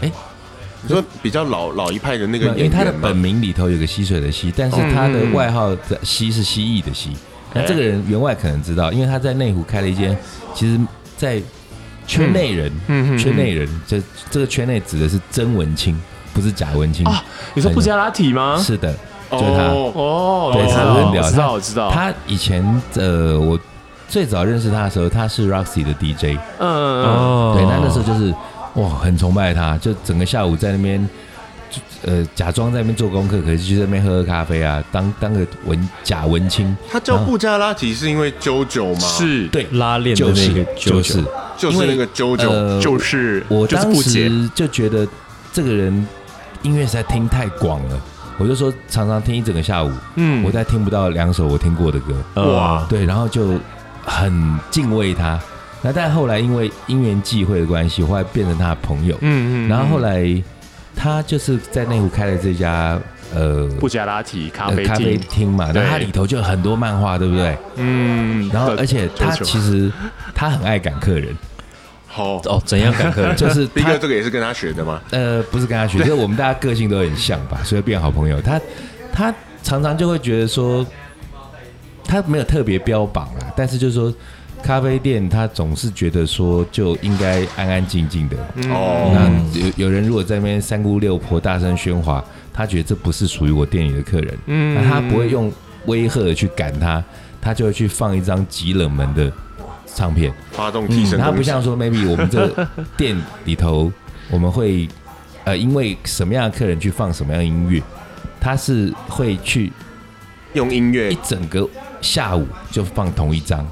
哎，
你说比较老老一派的那个
因
演员
为他的
嘛嗯
本名里头有个溪水的溪，但是他的外号的溪是蜥蜴的蜥。
哎
那这个人员外可能知道，因为他在内湖开了一间，其实，在圈内人，
嗯
嗯
圈内人，这这个圈内指的是真文青，不是假文青。
啊，你说布加拉提吗？
是的，就是他。
哦，
哦，
对，
我知
他
道
很
我
屌，
知道，我知道，
他以前呃，我最早认识他的时候，他是 Roxy 的 DJ。
嗯嗯
哦
对，那那时候就是哇，很崇拜他，就整个下午在那边，就呃，假装在那边做功课，可是去那边喝喝咖啡啊，当当个文假文青，
他叫布加拉提是因为 JoJo 吗？
嗯，，是，
对
拉链的
就
那
是
个
就
九
是
就
九，
是那个 JoJo。
呃
就是
我
就是
当
不解，嗯
时就觉得这个人音乐实在听太广了，我就说常常听一整个下午，
嗯
我再听不到两首我听过的歌，
哇
对，然后就很敬畏他。那但后来因为因缘际会的关系，我后来变成他的朋友，
嗯
然后后来他就是在内湖开了这家呃
布加拉提咖
呃
啡
咖啡
厅，
厅嘛，
对
然后它里头就有很多漫画，对不对？
嗯，
然后而且他
球
其实他很爱赶客人，
好，
哦，怎样赶客人？
就是
斌哥
他
这个也是跟他学的吗？
呃不是跟他学，就是我们大家个性都很像吧，所以变好朋友。他他常常就会觉得说，他没有特别标榜啦，但是就是说。咖啡店，他总是觉得说就应该安安静静的，
哦，
那有有人如果在那边三姑六婆大声喧哗，他觉得这不是属于我店里的客人，嗯，那他不会用威吓去赶他，他就会去放一张极冷门的唱片，
发动替身
嗯他不
攻击，
像说 maybe 我们这个店里头我们会呃因为什么样的客人去放什么样的音乐，他是会去
用音乐
一整个下午就放同一张。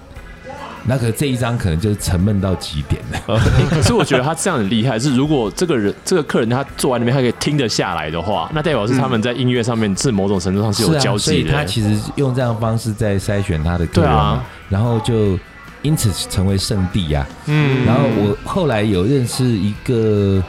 那可这一张可能就是沉闷到极点了，
可是我觉得他这样很厉害，是如果这个人这个客人他坐在那边，他可以听得下来的话，那代表是他们在音乐上面是某种程度上是有
嗯啊，
交
所
集
以
的。
他其实用这样的方式在筛选他的客人嘛
对啊
然后就因此成为圣地呀、
嗯
然后我后来有认识一个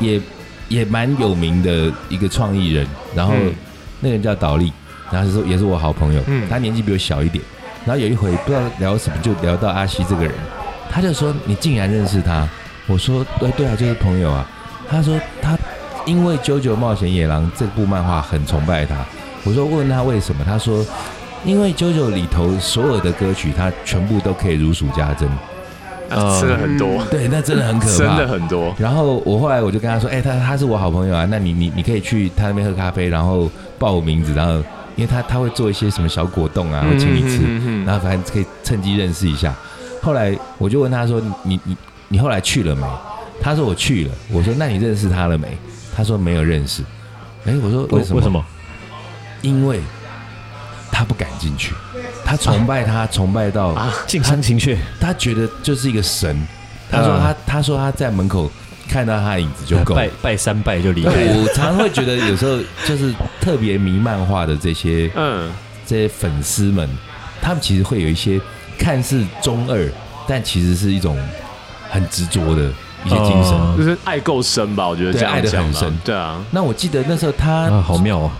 也也蛮有名的一个创意人，然后
嗯
那个人叫倒立，然后是说也是我好朋友，
嗯
他年纪比我小一点。然后有一回不知道聊什么，就聊到阿西这个人，他就说你竟然认识他，我说对对啊，就是朋友啊。他说他因为《九九冒险野狼》这部漫画很崇拜他，我说问他为什么，他说因为《九九》里头所有的歌曲，他全部都可以如数家珍。
啊真的很多，
对，那真的 嗯很可怕，
真的很多。
然后我后来我就跟他说，哎、他他是我好朋友啊，那你你你可以去他那边喝咖啡，然后报我名字，然后因为他他会做一些什么小果冻啊，
嗯
我请你吃，然后反正可以趁机认识一下。后来我就问他说，你你你你后来去了没？他说我去了。我说那你认识他了没？他说没有认识。哎，我说为什么？
为什？么？
因为他不敢进去，他崇拜
啊
他，崇拜到
近乡情怯，
他觉得就是一个神。他说他、他说他在门口看到他的影子就够了
啊拜。拜三拜就离 开了。
我常常会觉得有时候就是特别迷漫画的这些
嗯，
这些粉丝们，他们其实会有一些看似中二，但其实是一种很执着的一些精神。
哦
就是爱够深吧，我觉得
对
这样
爱得
讲
很
吧
深
对啊，
那我记得那时候他，
啊，好妙哦！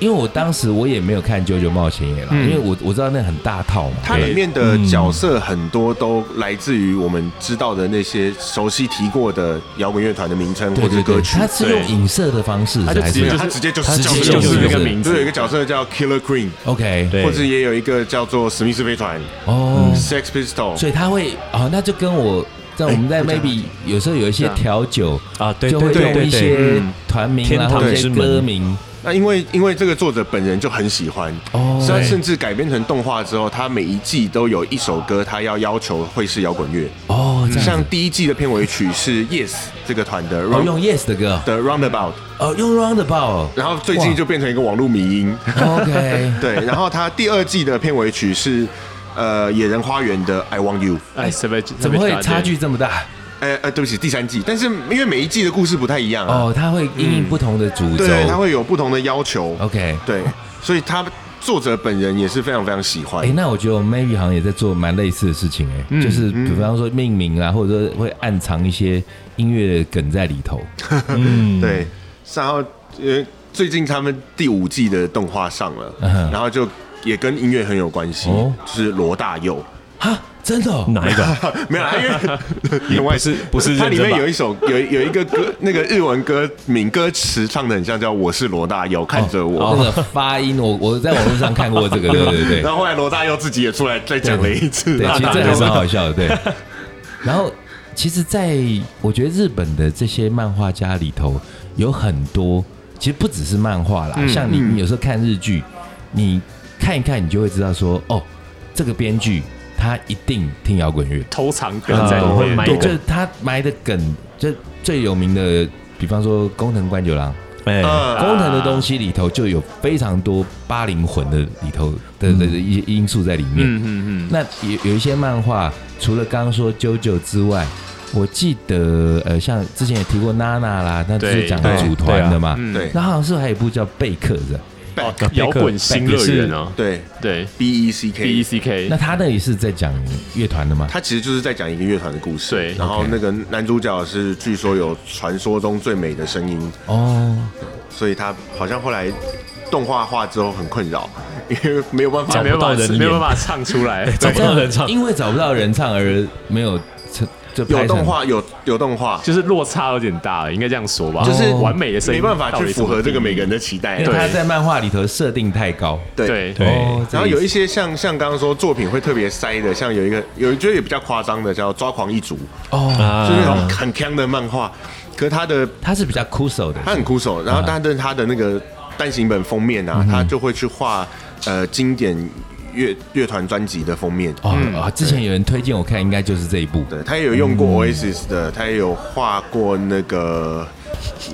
因为我当时我也没有看《啾啾冒险野狼》
嗯
因为我我知道那很大套嘛。
它里面的
嗯
角色很多都来自于我们知道的那些熟悉提过的摇滚乐团的名称
对
或
对
者
对
歌，曲。
他是用影射的方式，
他就
还
直接
是
就
他直接就是
他直
叫
接
这
就
个名字
是这个
名字
就有一个角色叫 Killer Queen，
OK？
对
或者也有一个叫做史密斯飞船
哦，
（Sex Pistol）。
所以他会哦，那就跟我在我们在 maybe 有时候有一些
对啊
调酒。
啊，对
就会
对对
用一
对对，
些团名
天
啊，
堂
或者一
之
些
门
歌名
那因为因为这个作者本人就很喜欢，哦，他甚至改编成动画之后，他每一季都有一首歌，他要要求会是摇滚乐。
哦，这样
像第一季的片尾 曲是 Yes 这个团的
哦
Round、
用 Yes 的歌，
的 Roundabout，
哦用 Roundabout，
然后最近就变成一个网络迷 音。
OK，
对，然后他第二季的片尾曲是呃野人花园的 I Want You。
哎，怎么
怎么会差距这么大？
呃呃，对不起，第三季，但是因为每一季的故事不太一样啊，
哦，它会因应不同的主轴
对，它会有不同的要求。
，OK。
对，所以他作者本人也是非常非常喜欢。
哎、那我觉得我们 maybe 好像也在做蛮类似的事情、哎、就是比方说命名啊，或者说会暗藏一些音乐梗在里头。嗯
对，然后呃，最近他们第五季的动画上了，
嗯哼
然后就也跟音乐很有关系，
哦
就是罗大佑。
哈，真的、哦？
哪一个？
没有啦，因为因为
是不是认真吧
它里面有一首有有一个歌，那个日文歌名歌词唱的很像叫“我是罗大佑，看着我”
哦那个发音，我我在网络上看过这个，对对对。
然后后来罗大佑自己也出来再讲了一次，
对，
那
其实
大
这
家
还
都
蛮好笑的。对， 然后其实在，我觉得日本的这些漫画家里头，有很多其实不只是漫画啦，像你你有时候看日剧，你看一看，你就会知道说，哦，这个编剧他一定听摇滚乐，
偷藏梗
嗯
在里
会
面？
埋
对，
梗
就是他埋的梗，就最有名的，比方说工藤官九郎。
哎，
嗯
工藤的东西里头就有非常多八零魂的里头的的的一些因素在里面。
嗯嗯嗯，
那有有一些漫画，除了刚刚说啾啾之外，我记得呃，像之前也提过娜娜啦，那就是
对
讲到
对
组团的嘛。
嗯
对啊
那好像是不是还有一部叫《贝克》的，
Beck，
哦摇滚新乐园啊，
对
对
B E C K
，B E C K，
那他那里是在讲乐团的吗？
他其实就是在讲一个乐团的故事，
对
然后
OK
那个男主角是据说有传说中最美的声音，
哦，
所以他好像后来动画化之后很困扰，因为没有办法
找
没有
不到
办法
人演
没有办法唱出 来，
找不到人唱，
因为找不到人唱而没有成就拍
有
成
动画有有动画，
就是落差有点大了，应该这样说吧，哦
就是
完美的声
没
音
办法去符合这个每个人
的，
的期待
哦因
啊
为。他
对
在漫画里头设定太高。
对
对
哦，
然后有
一
一些像像刚刚说作品会特别塞的，像有一个有一觉得也比较夸张的叫《抓狂一族》，
哦，
就是那
啊，
种很强的漫画，可是他的
他是比较酷手的，
他很酷手，然后但是他的那个单行本封面
嗯
啊，他就会去画呃经典乐乐团专辑的封面。
哦
嗯
哦，之前有人推荐我看，应该就是这一部。
对，他也有用过
嗯
Oasis 的，他也有画过那个，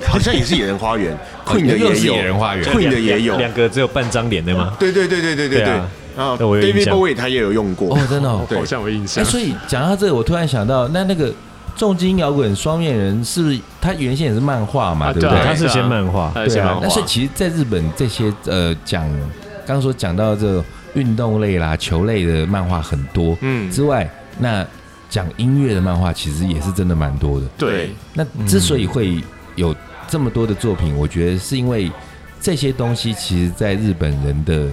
好像也是野人花园，Queen 的
又
也
哦是
有
野人花园
，Queen 的也有，
两个只有半张脸的吗？
对对对对对对
对
对
啊。
然后
那我有印
David
象
Bowie 他也有用过
哦，，真的、哦。
对
好像有印
哎、
象，
所以讲到这个，我突然想到，那那个重金摇滚双面人是不是他原先也是漫画嘛，
啊
对不
对
对？
啊
他是先漫画，
他是先漫
但是
画，
其实在日本这些呃讲，刚刚说讲到这个运动类啦、球类的漫画很多，
嗯
之外，那讲音乐的漫画其实也是真的蛮多的。
对
那之所以会有这么多的作品，我觉得是因为这些东西其实在日本人的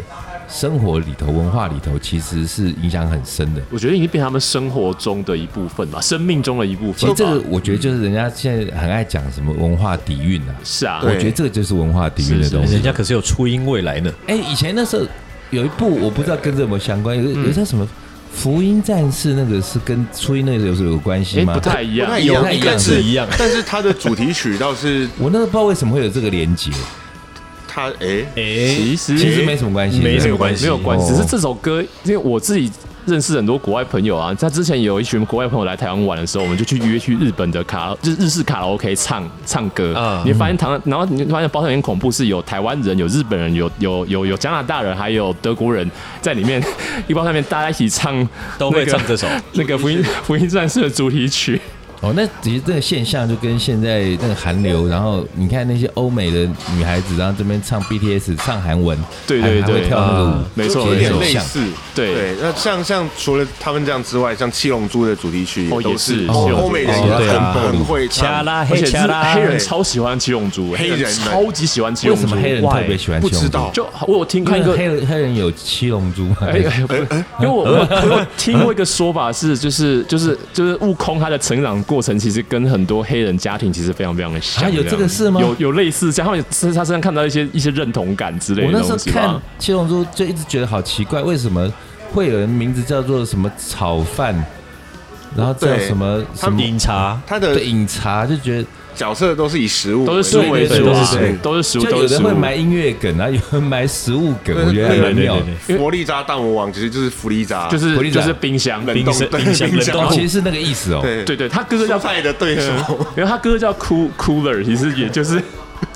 生活里头、文化里头，其实是影响很深的。
我觉得已经变他们生活中的一部分吧，生命中的一部
其
分
实
吧。
这个我觉得就是人家现在很爱讲什么文化底蕴啊，
是啊，
我
对
觉得这个就是文化底蕴的
是是
东
人
西。
家可是有初音未来呢，
哎，以前那时候有一部我不知道跟这有没有相关，有
嗯
有一叫什么《福音战士》，那个是跟初音那个有是有关系
哎，
吗
不？太一
不
样
太，一
有
样
一，
但
样
是
是一样
但是他的主题曲倒是
我那时候不知道为什么会有这个连接，
他哎，
哎，
其实
其实没什么关系，
没什
对
么关系
没有关系，
哦
只是这首歌，因为我自己认识很多国外朋友啊，他之前有一群国外朋友来台湾玩的时候，我们就去约去日本的卡拉，就是日式卡拉 OK 唱唱歌，
嗯
你会发现台湾，然后你会发现包厢有点恐怖，是有台湾人、有日本人、有有有有加拿大人，还有德国人在里面 一包上面，大家一起唱
都
那
会
个
唱这首
那个福音福音战士的主题 曲，
哦，那其实这个现象就跟现在那个韩流，然后你看那些欧美的女孩子，然后这边唱 BTS 唱韩文，
对
还
对
还会
对
跳那个舞
啊，没错
有
没
点
错
类
像
似。
对
对，那像像除了他们这样之外，像《七龙珠》的主题曲
哦
也
也
都
是
哦
七龙珠
欧美人也
哦对啊
很很会唱。
拉
而且日黑人
对
超喜欢七龙珠，
黑人们
超级喜欢七
为
龙珠，
什么黑人特别喜欢
不
七龙珠？
知道，
就我有听看一
因为
个
黑人黑人有七龙珠嘛？
哎，哎不是因为我我我有听过一个说法是，就是就是就是悟空他的成长过程，其实跟很多黑人家庭其实非常非常的像。
啊有这个事吗
有有类似，像他们身他身上看到一些一些认同感之类
我
的
那时候
东西
看
吧。
七龙珠就一直觉得好奇怪，为什么会有人名字叫做什么炒饭然后叫什么
他
什
们
么
饮茶，
他的
对饮茶，就觉得
角色都是以食物
都是食物，
为
对
主
都是
啊，
食物，都是食物，
就
都
有
是
的
食
会
物。
埋音乐梗啊，有人埋食物梗，
对
我觉得还蛮妙的
对对对。
对佛利扎蛋魔王其实就是弗利扎，
就是
冷冻
就是冰箱，
冷冻
冰
对
冰箱
冰
冷
哦，
箱
冻，
其实是那个意思哦。
对
对对，他哥哥叫
蔬，菜的对手。
因为他哥哥叫 Cool Cooler，其实也就是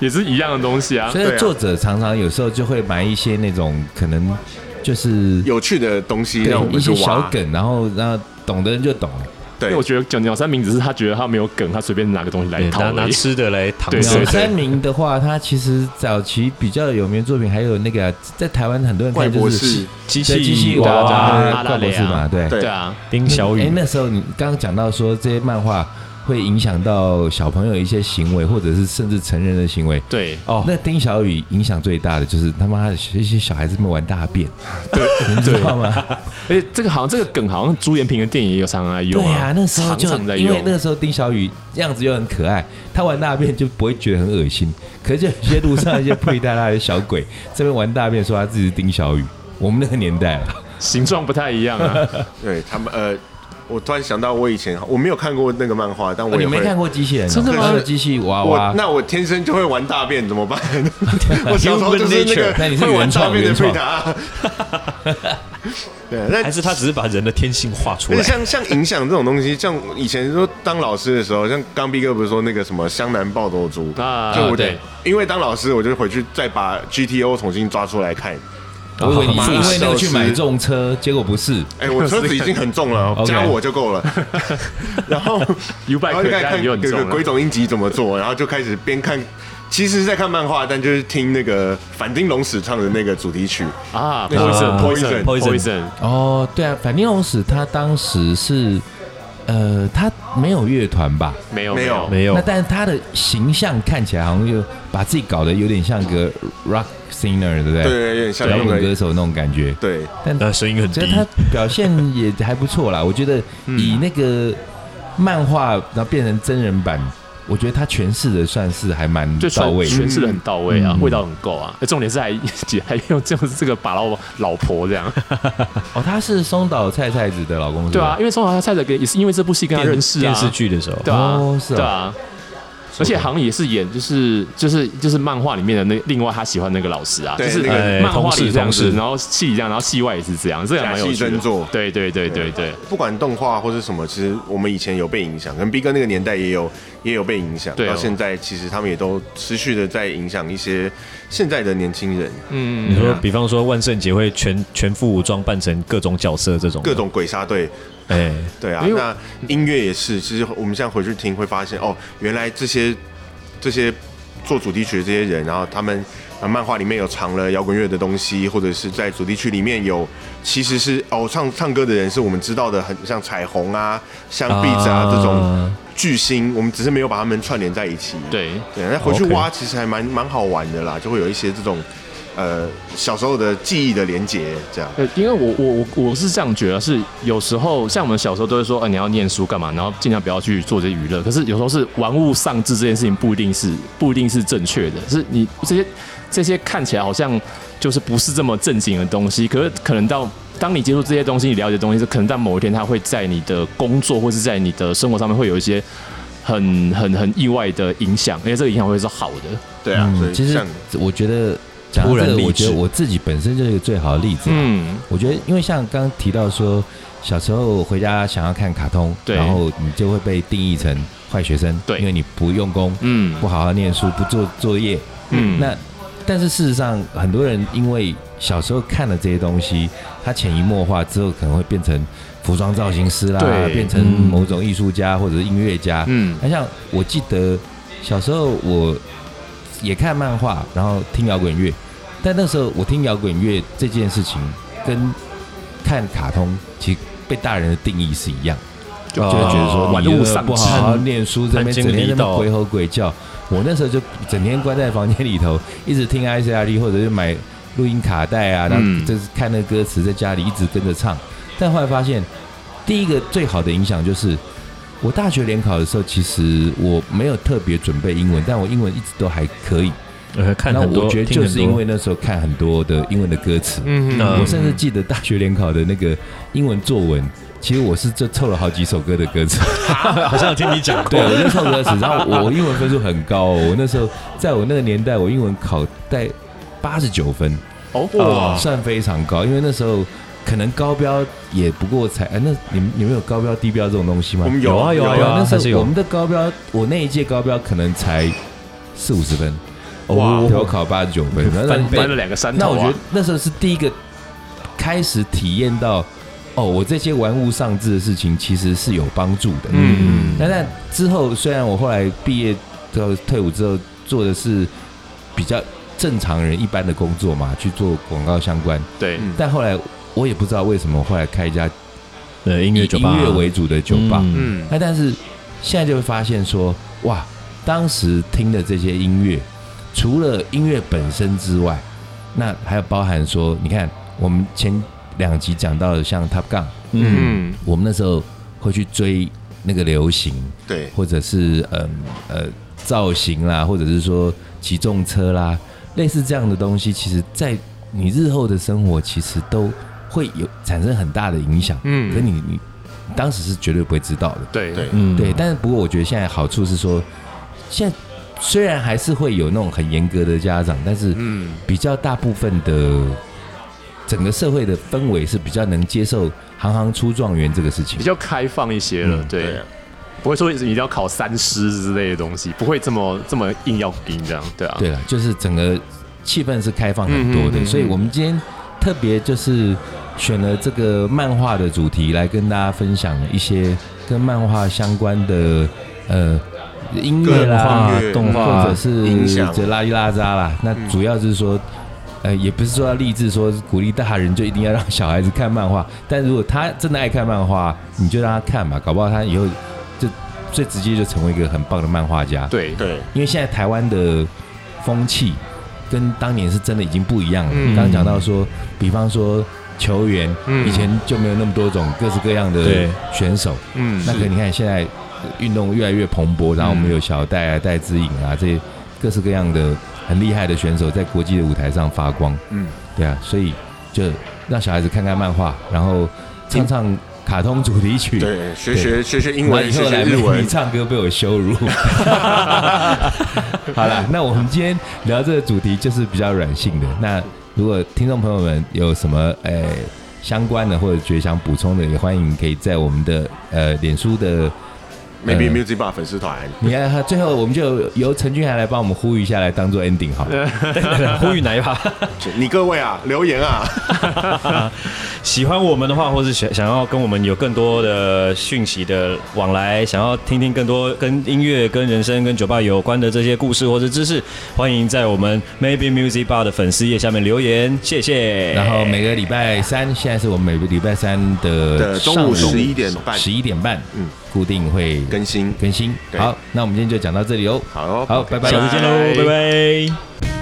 也是一样的东西啊
所。
对
以
啊
作者常常有时候就会埋一些那种可能就是
有趣的东西
对
让我们
一
去
些小
挖，
梗，然后让懂的人就懂了。
对
因为我觉得讲讲三明只是他觉得他没有梗，他随便拿个东西来
对
套
拿
而
拿
哎
已。
吃的来搪
对
塞
鸟。三明的话，他其实早期比较有名的作品还有那个啊在台湾很多人
怪
看
博
就是
士
西
机
对机器
娃
娃
娃
娃
阿拉
怪博
蕾
士
啊
嘛，对。
对
对啊，
丁小
哎
雨，，
那时候你刚刚讲到说这些漫画会影响到小朋友一些行为，或者是甚至成人的行为。
对，
哦，那丁小雨影响最大的就是他妈的一些小孩子们玩大便， 对，你知道吗？
而且这个好像这个梗好像朱延平的电影也有常常在用
对啊，那时候就
常常在
因为
用
那。个时候丁小雨样子又很可爱，他玩大便就不会觉得很恶心。可是就有些路上一些佩戴他的小 鬼这边玩大便，说他自己是丁小雨，我们那个年代啊了，
形状不太一样啊。
对他们呃，我突然想到我以前我没有看过那个漫画，但我
你
也会
没看。过机啊器人哦、
真的吗
还有机器娃
我
娃？
那我天生就会玩大便，怎么 办？我小时候就是那
Human nature 那
个
你是
会玩
原
大
创
便的
原
贝
创
塔。啊 对，但
还是他只是把人的天性画出
而且
来？
像像影响这种东西，像以前说当老师的时候，像刚逼哥不是说那个什么湘南暴走族，
啊
就我得
对
因为当老师，我就回去再把 GTO 重新抓出来看。
我以为你是因为那
马寿
个去
司
买重车，结果不是。
哎、我车子已经很重了，
OK
加我就够了。然后
U bike
然后就开始
加你
看各
就很重
个
了
鬼冢英吉怎么做，然后就开始边看，其实是在看漫画，但就是听那个反町隆史唱的那个主题曲。
啊
那个
，poison
Poison，
poison poison，
哦，对啊，反町隆史他当时是，呃，他没有乐团吧？
没有
没有
有
没有
那，但是他的形象看起来好像就把自己搞得有点像个 rock singer，对不对？
哎
对，有点像
摇
那
滚歌
个
手那种感觉。
对，
但
那声音很
觉得
低，
他表现也还不错啦，我觉得
嗯
以那个漫画然后变成真人版，我觉得他诠释的算是还蛮
就
到
诠
位的。
诠释的很到位啊，
嗯
味道很够啊。重点是还 还用就是这个把老老婆这样，
哦，他是松岛菜菜子的老公是
对
吧
啊，？因为松岛菜菜跟也是因为这部戏跟他认识啊，
电视剧的时候，
对啊
哦是，啊
对啊。而且好像也是演，就是就是就是漫画里面的那另外他喜欢那个老师啊，就
对
是
那个
哎漫画里这样
同事
子，
同事
然后戏里这样，然后戏外也是这样，这样蛮有趣
假戏真
的
做。嗯
对对对对对，
不管动画或是什么，其实我们以前有被影响，跟逼哥那个年代也有也有被影响，
对哦
到现在其实他们也都持续的在影响一些现在的年轻人，
嗯，
你说，比方说万圣节会全全副武装扮成各种角色这种，
各种鬼杀队，
哎，
对啊
因，为
那音乐也是，其实我们现在回去听会发现，哦，原来这些这些做主题曲的这些人，然后他们啊，漫画里面有藏了摇滚乐的东西，或者是在主题曲里面有，其实是哦，唱唱歌的人是我们知道的，很像彩虹啊、像壁纸啊
啊
这种巨星，我们只是没有把他们串联在一起。
对，
对，那回去
OK
挖其实还蛮蛮好玩的啦，就会有一些这种呃小时候的记忆的连结，这样。
呃，因为我我我我是这样觉得，是有时候像我们小时候都会说，呃，你要念书干嘛，然后尽量不要去做这些娱乐。可是有时候是玩物丧志这件事情不一定是不一定是正确的，是你这些这些看起来好像就是不是这么正经的东西，可是可能到。当你接触这些东西，你了解的东西，是可能到某一天，它会在你的工作或是在你的生活上面会有一些很很很意外的影响，而且这个影响会是好的。
对啊，所以
嗯其实
像
我觉得讲
突
到
然
这个，
励
我觉得
志
我自己本身就是一个最好的例子。嗯，
嗯，
我觉得因为像刚刚提到说，小时候回家想要看卡通，
对
然后你就会被定义成坏学生，
对
因为你不用功，
嗯
不好好念书，不做作业，
嗯
那但是事实上，很多人因为小时候看了这些东西，他潜移默化之后可能会变成服装造型师啦
对，
变成
嗯
某种艺术家或者是音乐家。
嗯
那像我记得小时候我也看漫画，然后听摇滚乐，但那时候我听摇滚乐这件事情跟看卡通其实被大人的定义是一样的。
就
就会觉得说
哦玩
你
物
这个
丧
不好
志
好念书，这边整天在那边鬼吼鬼叫。我那时候就整天关在房间里头，一直听 ICRD 或者是买录音卡带啊，然
嗯
后就是看那歌词，在家里一直跟着唱。但后来发现，第一个最好的影响就是，我大学联考的时候，其实我没有特别准备英文，但我英文一直都还可以。
呃，看
那
很多，
我觉得
听
就
很
是
多
因为那时候看很多的英文的歌词，
嗯
那
我甚至记得大学联考的那个英文作文，其实我是就凑了好几首歌的歌词。
好像有听你讲过
对，我就凑歌词，然后我英文分数很高、哦，我那时候在我那个年代，我英文考在八十九分，
哦，
算非常高，因为那时候可能高标也不过才，哎，那你们你们有高标低标这种东西吗？
我们有啊
有啊
对
有啊
那
还是
时
有
候我们的高标，我那一届高标可能才四五十分，
哇
对我考八十九分，然后
翻
被
翻了两个山
那
头
我
啊
觉得那时候是第一个开始体验到，哦，我这些玩物丧志的事情其实是有帮助的。嗯，
嗯
那但之后虽然我后来毕业之后退伍之后做的是比较正常人一般的工作嘛，去做广告相关，
对，
嗯
但后来我也不知道为什么后来开一家
呃，音
以
乐酒吧，
音乐为主的酒吧。
嗯
嗯
那但是现在就会发现说，哇，当时听的这些音乐，除了音乐本身之外，那还有包含说，你看我们前两集讲到的像 Top Gun，
嗯，
嗯，
我们那时候会去追那个流行，
对，
或者是嗯呃造型啦，或者是说骑重车啦，类似这样的东西，其实在你日后的生活其实都会有产生很大的影响。
嗯
可你你当时是绝对不会知道的。
对
对，
嗯
对，但是不过我觉得现在好处是说，现在虽然还是会有那种很严格的家长，但是
嗯
比较大部分的整个社会的氛围是比较能接受“行行出状元”这个事情
比。较开放一些了，
嗯
对
对
啊，
不会说一定要考三师之类的东西，不会这么这么硬要盯这样，对啊，
对了，就是整个气氛是开放很多
嗯嗯
的，
嗯
所以我们今天特别就是选了这个漫画的主题来跟大家分享一些跟漫画相关的呃音乐啦、
各种
动画
或者是
影响嗯
这拉里拉扎啦。那主要就是说。呃，也不是说要励志说鼓励大人就一定要让小孩子看漫画， 但如果他真的爱看漫画，你就让他看吧，搞不好他以后就最直接就成为一个很棒的漫画家。
对
对，
因为现在台湾的风气跟当年是真的已经不一样了。
嗯
刚刚讲到说，比方说球员，
嗯
以前就没有那么多种各式各样的
对
选手。
嗯
那可你看现在呃运动越来越蓬勃，然后我们有小戴啊、戴资颖啊这些各式各样的很厉害的选手在国际的舞台上发光。
嗯，
对啊，所以就让小孩子看看漫画，然后唱唱卡通主题曲。
对，学
对
学学学英
我
文，
以
学
后
学
来
日
被
文
你，唱歌被我羞 辱。好了，那我们今天聊这个主题就是比较软性的。那如果听众朋友们有什么呃相关的或者觉得想补充的，也欢迎可以在我们的呃脸书 的。
maybe
呃
music bar 粉丝团，
你看，最后我们就由陈俊涵来帮我们呼吁一下，来当做 ending 好了。
嗯 呼吁哪一趴？
你各位啊，留言啊，
喜欢我们的话，或是想想要跟我们有更多的讯息的往来，想要听听更多跟音乐、跟人生、跟酒吧有关的这些故事或者知识，欢迎在我们 Maybe Music Bar 的粉丝页下面留言，谢谢。
然后每个礼拜三，现在是我们每个礼拜三的
的中午
上
11点半
十一点半，
嗯
嗯，固定会
更新，
更新。
对
好，那我们今天就讲到这里哦。
好哦
好，拜拜，
下次见喽，拜拜